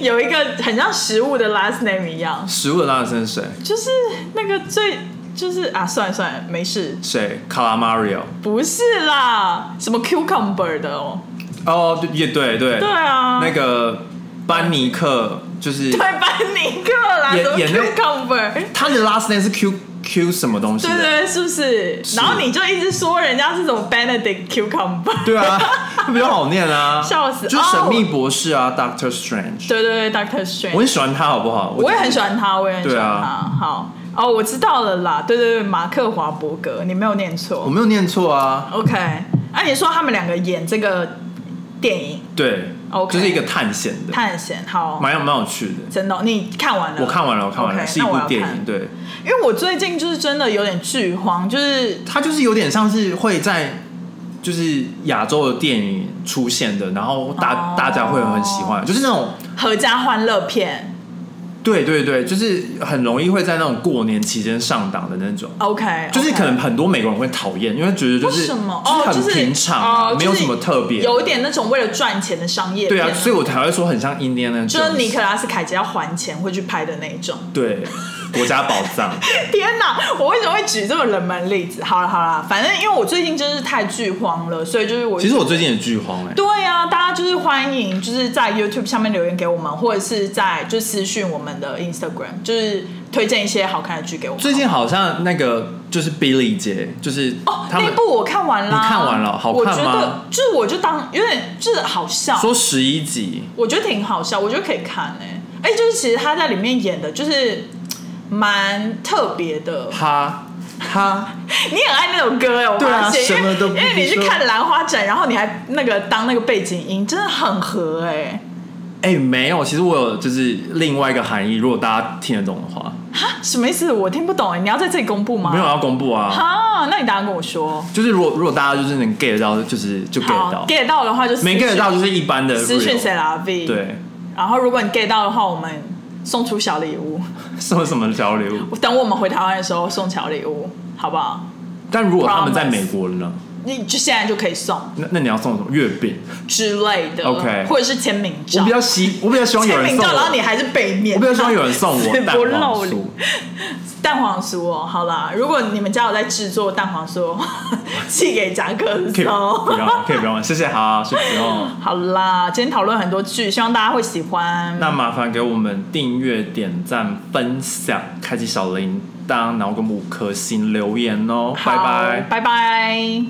Speaker 1: 有一个很像食物的 last name 一样，
Speaker 2: 食物的那个是谁？
Speaker 1: 就是那个最就是啊，算了算了，没事，
Speaker 2: 谁？Calamario。
Speaker 1: 不是啦，什么 cucumber 的哦，
Speaker 2: 哦，对也对对。
Speaker 1: 对啊
Speaker 2: 那个班尼克就是
Speaker 1: 对，班尼克啦，
Speaker 2: 演
Speaker 1: 什么
Speaker 2: 演那
Speaker 1: cucumber。
Speaker 2: 他的 last name 是 Q Q 什么东西啊
Speaker 1: 对
Speaker 2: 的？
Speaker 1: 对，是不是？
Speaker 2: 是
Speaker 1: 然后你就一直说人家是什么 Benedict Cucumber，
Speaker 2: 对啊， <laughs> 比较好念啊。
Speaker 1: <laughs> 笑死哦
Speaker 2: 就是神秘博士啊，Doctor Strange。
Speaker 1: 对对对，Doctor Strange，
Speaker 2: 我很喜欢他，好不好？
Speaker 1: 我也很喜欢他，我也很喜欢
Speaker 2: 对
Speaker 1: 他。
Speaker 2: 啊
Speaker 1: 好，哦，我知道了啦，对对对，马克华伯格，你没有念
Speaker 2: 我
Speaker 1: 错。
Speaker 2: 没有念错啊。
Speaker 1: OK，啊，你说他们两个演这个电影
Speaker 2: 对
Speaker 1: OK
Speaker 2: 就是一个探险的，
Speaker 1: 探险，好，
Speaker 2: 蛮有蛮有趣的。
Speaker 1: 真的哦、你看完了？
Speaker 2: 我看完了，我看完了
Speaker 1: OK，
Speaker 2: 是一
Speaker 1: 那
Speaker 2: 部
Speaker 1: 我要
Speaker 2: 电
Speaker 1: 看
Speaker 2: 影，对。
Speaker 1: 因为我最近就是真的有点剧荒，就是
Speaker 2: 它就是有点像是会在就是亚洲的电影出现的，然后大、
Speaker 1: 哦
Speaker 2: 大家会很喜欢，就是那种
Speaker 1: 合家欢乐片。
Speaker 2: 对对对，就是很容易会在那种过年期间上档的那种。
Speaker 1: OK，
Speaker 2: 就是可能很多美国人会讨厌，因为觉得就
Speaker 1: 为
Speaker 2: 是
Speaker 1: 什么？
Speaker 2: 就是
Speaker 1: 哦，
Speaker 2: 很平常啊，
Speaker 1: 哦
Speaker 2: 没有什么特别。
Speaker 1: 就是有点那种为了赚钱的商业
Speaker 2: 对
Speaker 1: 片。
Speaker 2: 啊，所以我才会说很像 Indiana Jones，
Speaker 1: 就是尼克拉斯凯奇要还钱会去拍的那一种。 <laughs>
Speaker 2: 对国家宝藏，
Speaker 1: 天哪！我为什么会举这么冷门例子？好了好了，反正因为我最近真是太剧荒了，所以就是我
Speaker 2: 其实我最近也剧荒哎、欸，
Speaker 1: 对呀、大家就是欢迎就是在 YouTube 下面留言给我们，或者是在就私讯我们的 Instagram，就是推荐一些好看的剧给我们。
Speaker 2: 最近好像那个就是 Billy 姐，就是
Speaker 1: 哦，
Speaker 2: 他
Speaker 1: 那
Speaker 2: 们
Speaker 1: 部我看完了，
Speaker 2: 你看完了好看
Speaker 1: 我
Speaker 2: 吗
Speaker 1: 觉得就是我就当有点就是好笑，
Speaker 2: 说十一集，
Speaker 1: 我觉得挺好笑，我觉得可以看哎、哎、就是其实他在里面演的就是蛮特别的， <laughs>
Speaker 2: 他他
Speaker 1: 你很爱那首歌哎，我
Speaker 2: 对啊
Speaker 1: 发现，
Speaker 2: 什么都
Speaker 1: 因
Speaker 2: 不
Speaker 1: 为因为你
Speaker 2: 必
Speaker 1: 去
Speaker 2: 说
Speaker 1: 看兰花展，然后你还那个当那个背景音，真的很合哎、
Speaker 2: 哎、没有，其实我有就是另外一个含义，如果大家听得懂的话，
Speaker 1: 哈，什么意思？我听不懂哎、你要在这里公布吗？
Speaker 2: 没有要公布啊。
Speaker 1: 哈，那你等下跟我说。
Speaker 2: 就是如果如果大家就是能 get 到，就是就 get
Speaker 1: 好
Speaker 2: 到，
Speaker 1: ，get 到的话就私
Speaker 2: 没
Speaker 1: 讯
Speaker 2: get 到就是一般的
Speaker 1: 私讯
Speaker 2: real
Speaker 1: 谁啦 V。，
Speaker 2: 对，
Speaker 1: 然后如果你 get 到的话，我们送出小礼物。
Speaker 2: 什么什么交流。
Speaker 1: 等我们回台湾的时候送小礼物，好不好？
Speaker 2: 但如果他们
Speaker 1: Promise
Speaker 2: 在美国呢？
Speaker 1: 你就现在就可以送
Speaker 2: 那那你要送什么月饼？
Speaker 1: 之类的
Speaker 2: OK
Speaker 1: 或者是签名照。
Speaker 2: 我比较希，我比较希望有
Speaker 1: 签
Speaker 2: 人
Speaker 1: 名
Speaker 2: 送
Speaker 1: 照，然后你
Speaker 2: 我，
Speaker 1: 还是背面。
Speaker 2: 我比较希望有
Speaker 1: <laughs>
Speaker 2: 人送
Speaker 1: 死
Speaker 2: 我蛋
Speaker 1: 不露
Speaker 2: 黄
Speaker 1: 脸
Speaker 2: 酥。
Speaker 1: 蛋黄酥哦，好啦，如果你们家有在制作蛋黄酥的话， <laughs> 寄给夹克
Speaker 2: 可以
Speaker 1: 收。
Speaker 2: 不要，可以不用，谢谢，哦好，是不用。
Speaker 1: 哦好啦，今天讨论很多剧，希望大家会喜欢。
Speaker 2: 那麻烦给我们订阅、点赞、分享、开启小铃铛，然后跟我们五颗星留言哦，
Speaker 1: 好
Speaker 2: 拜拜。
Speaker 1: 拜拜。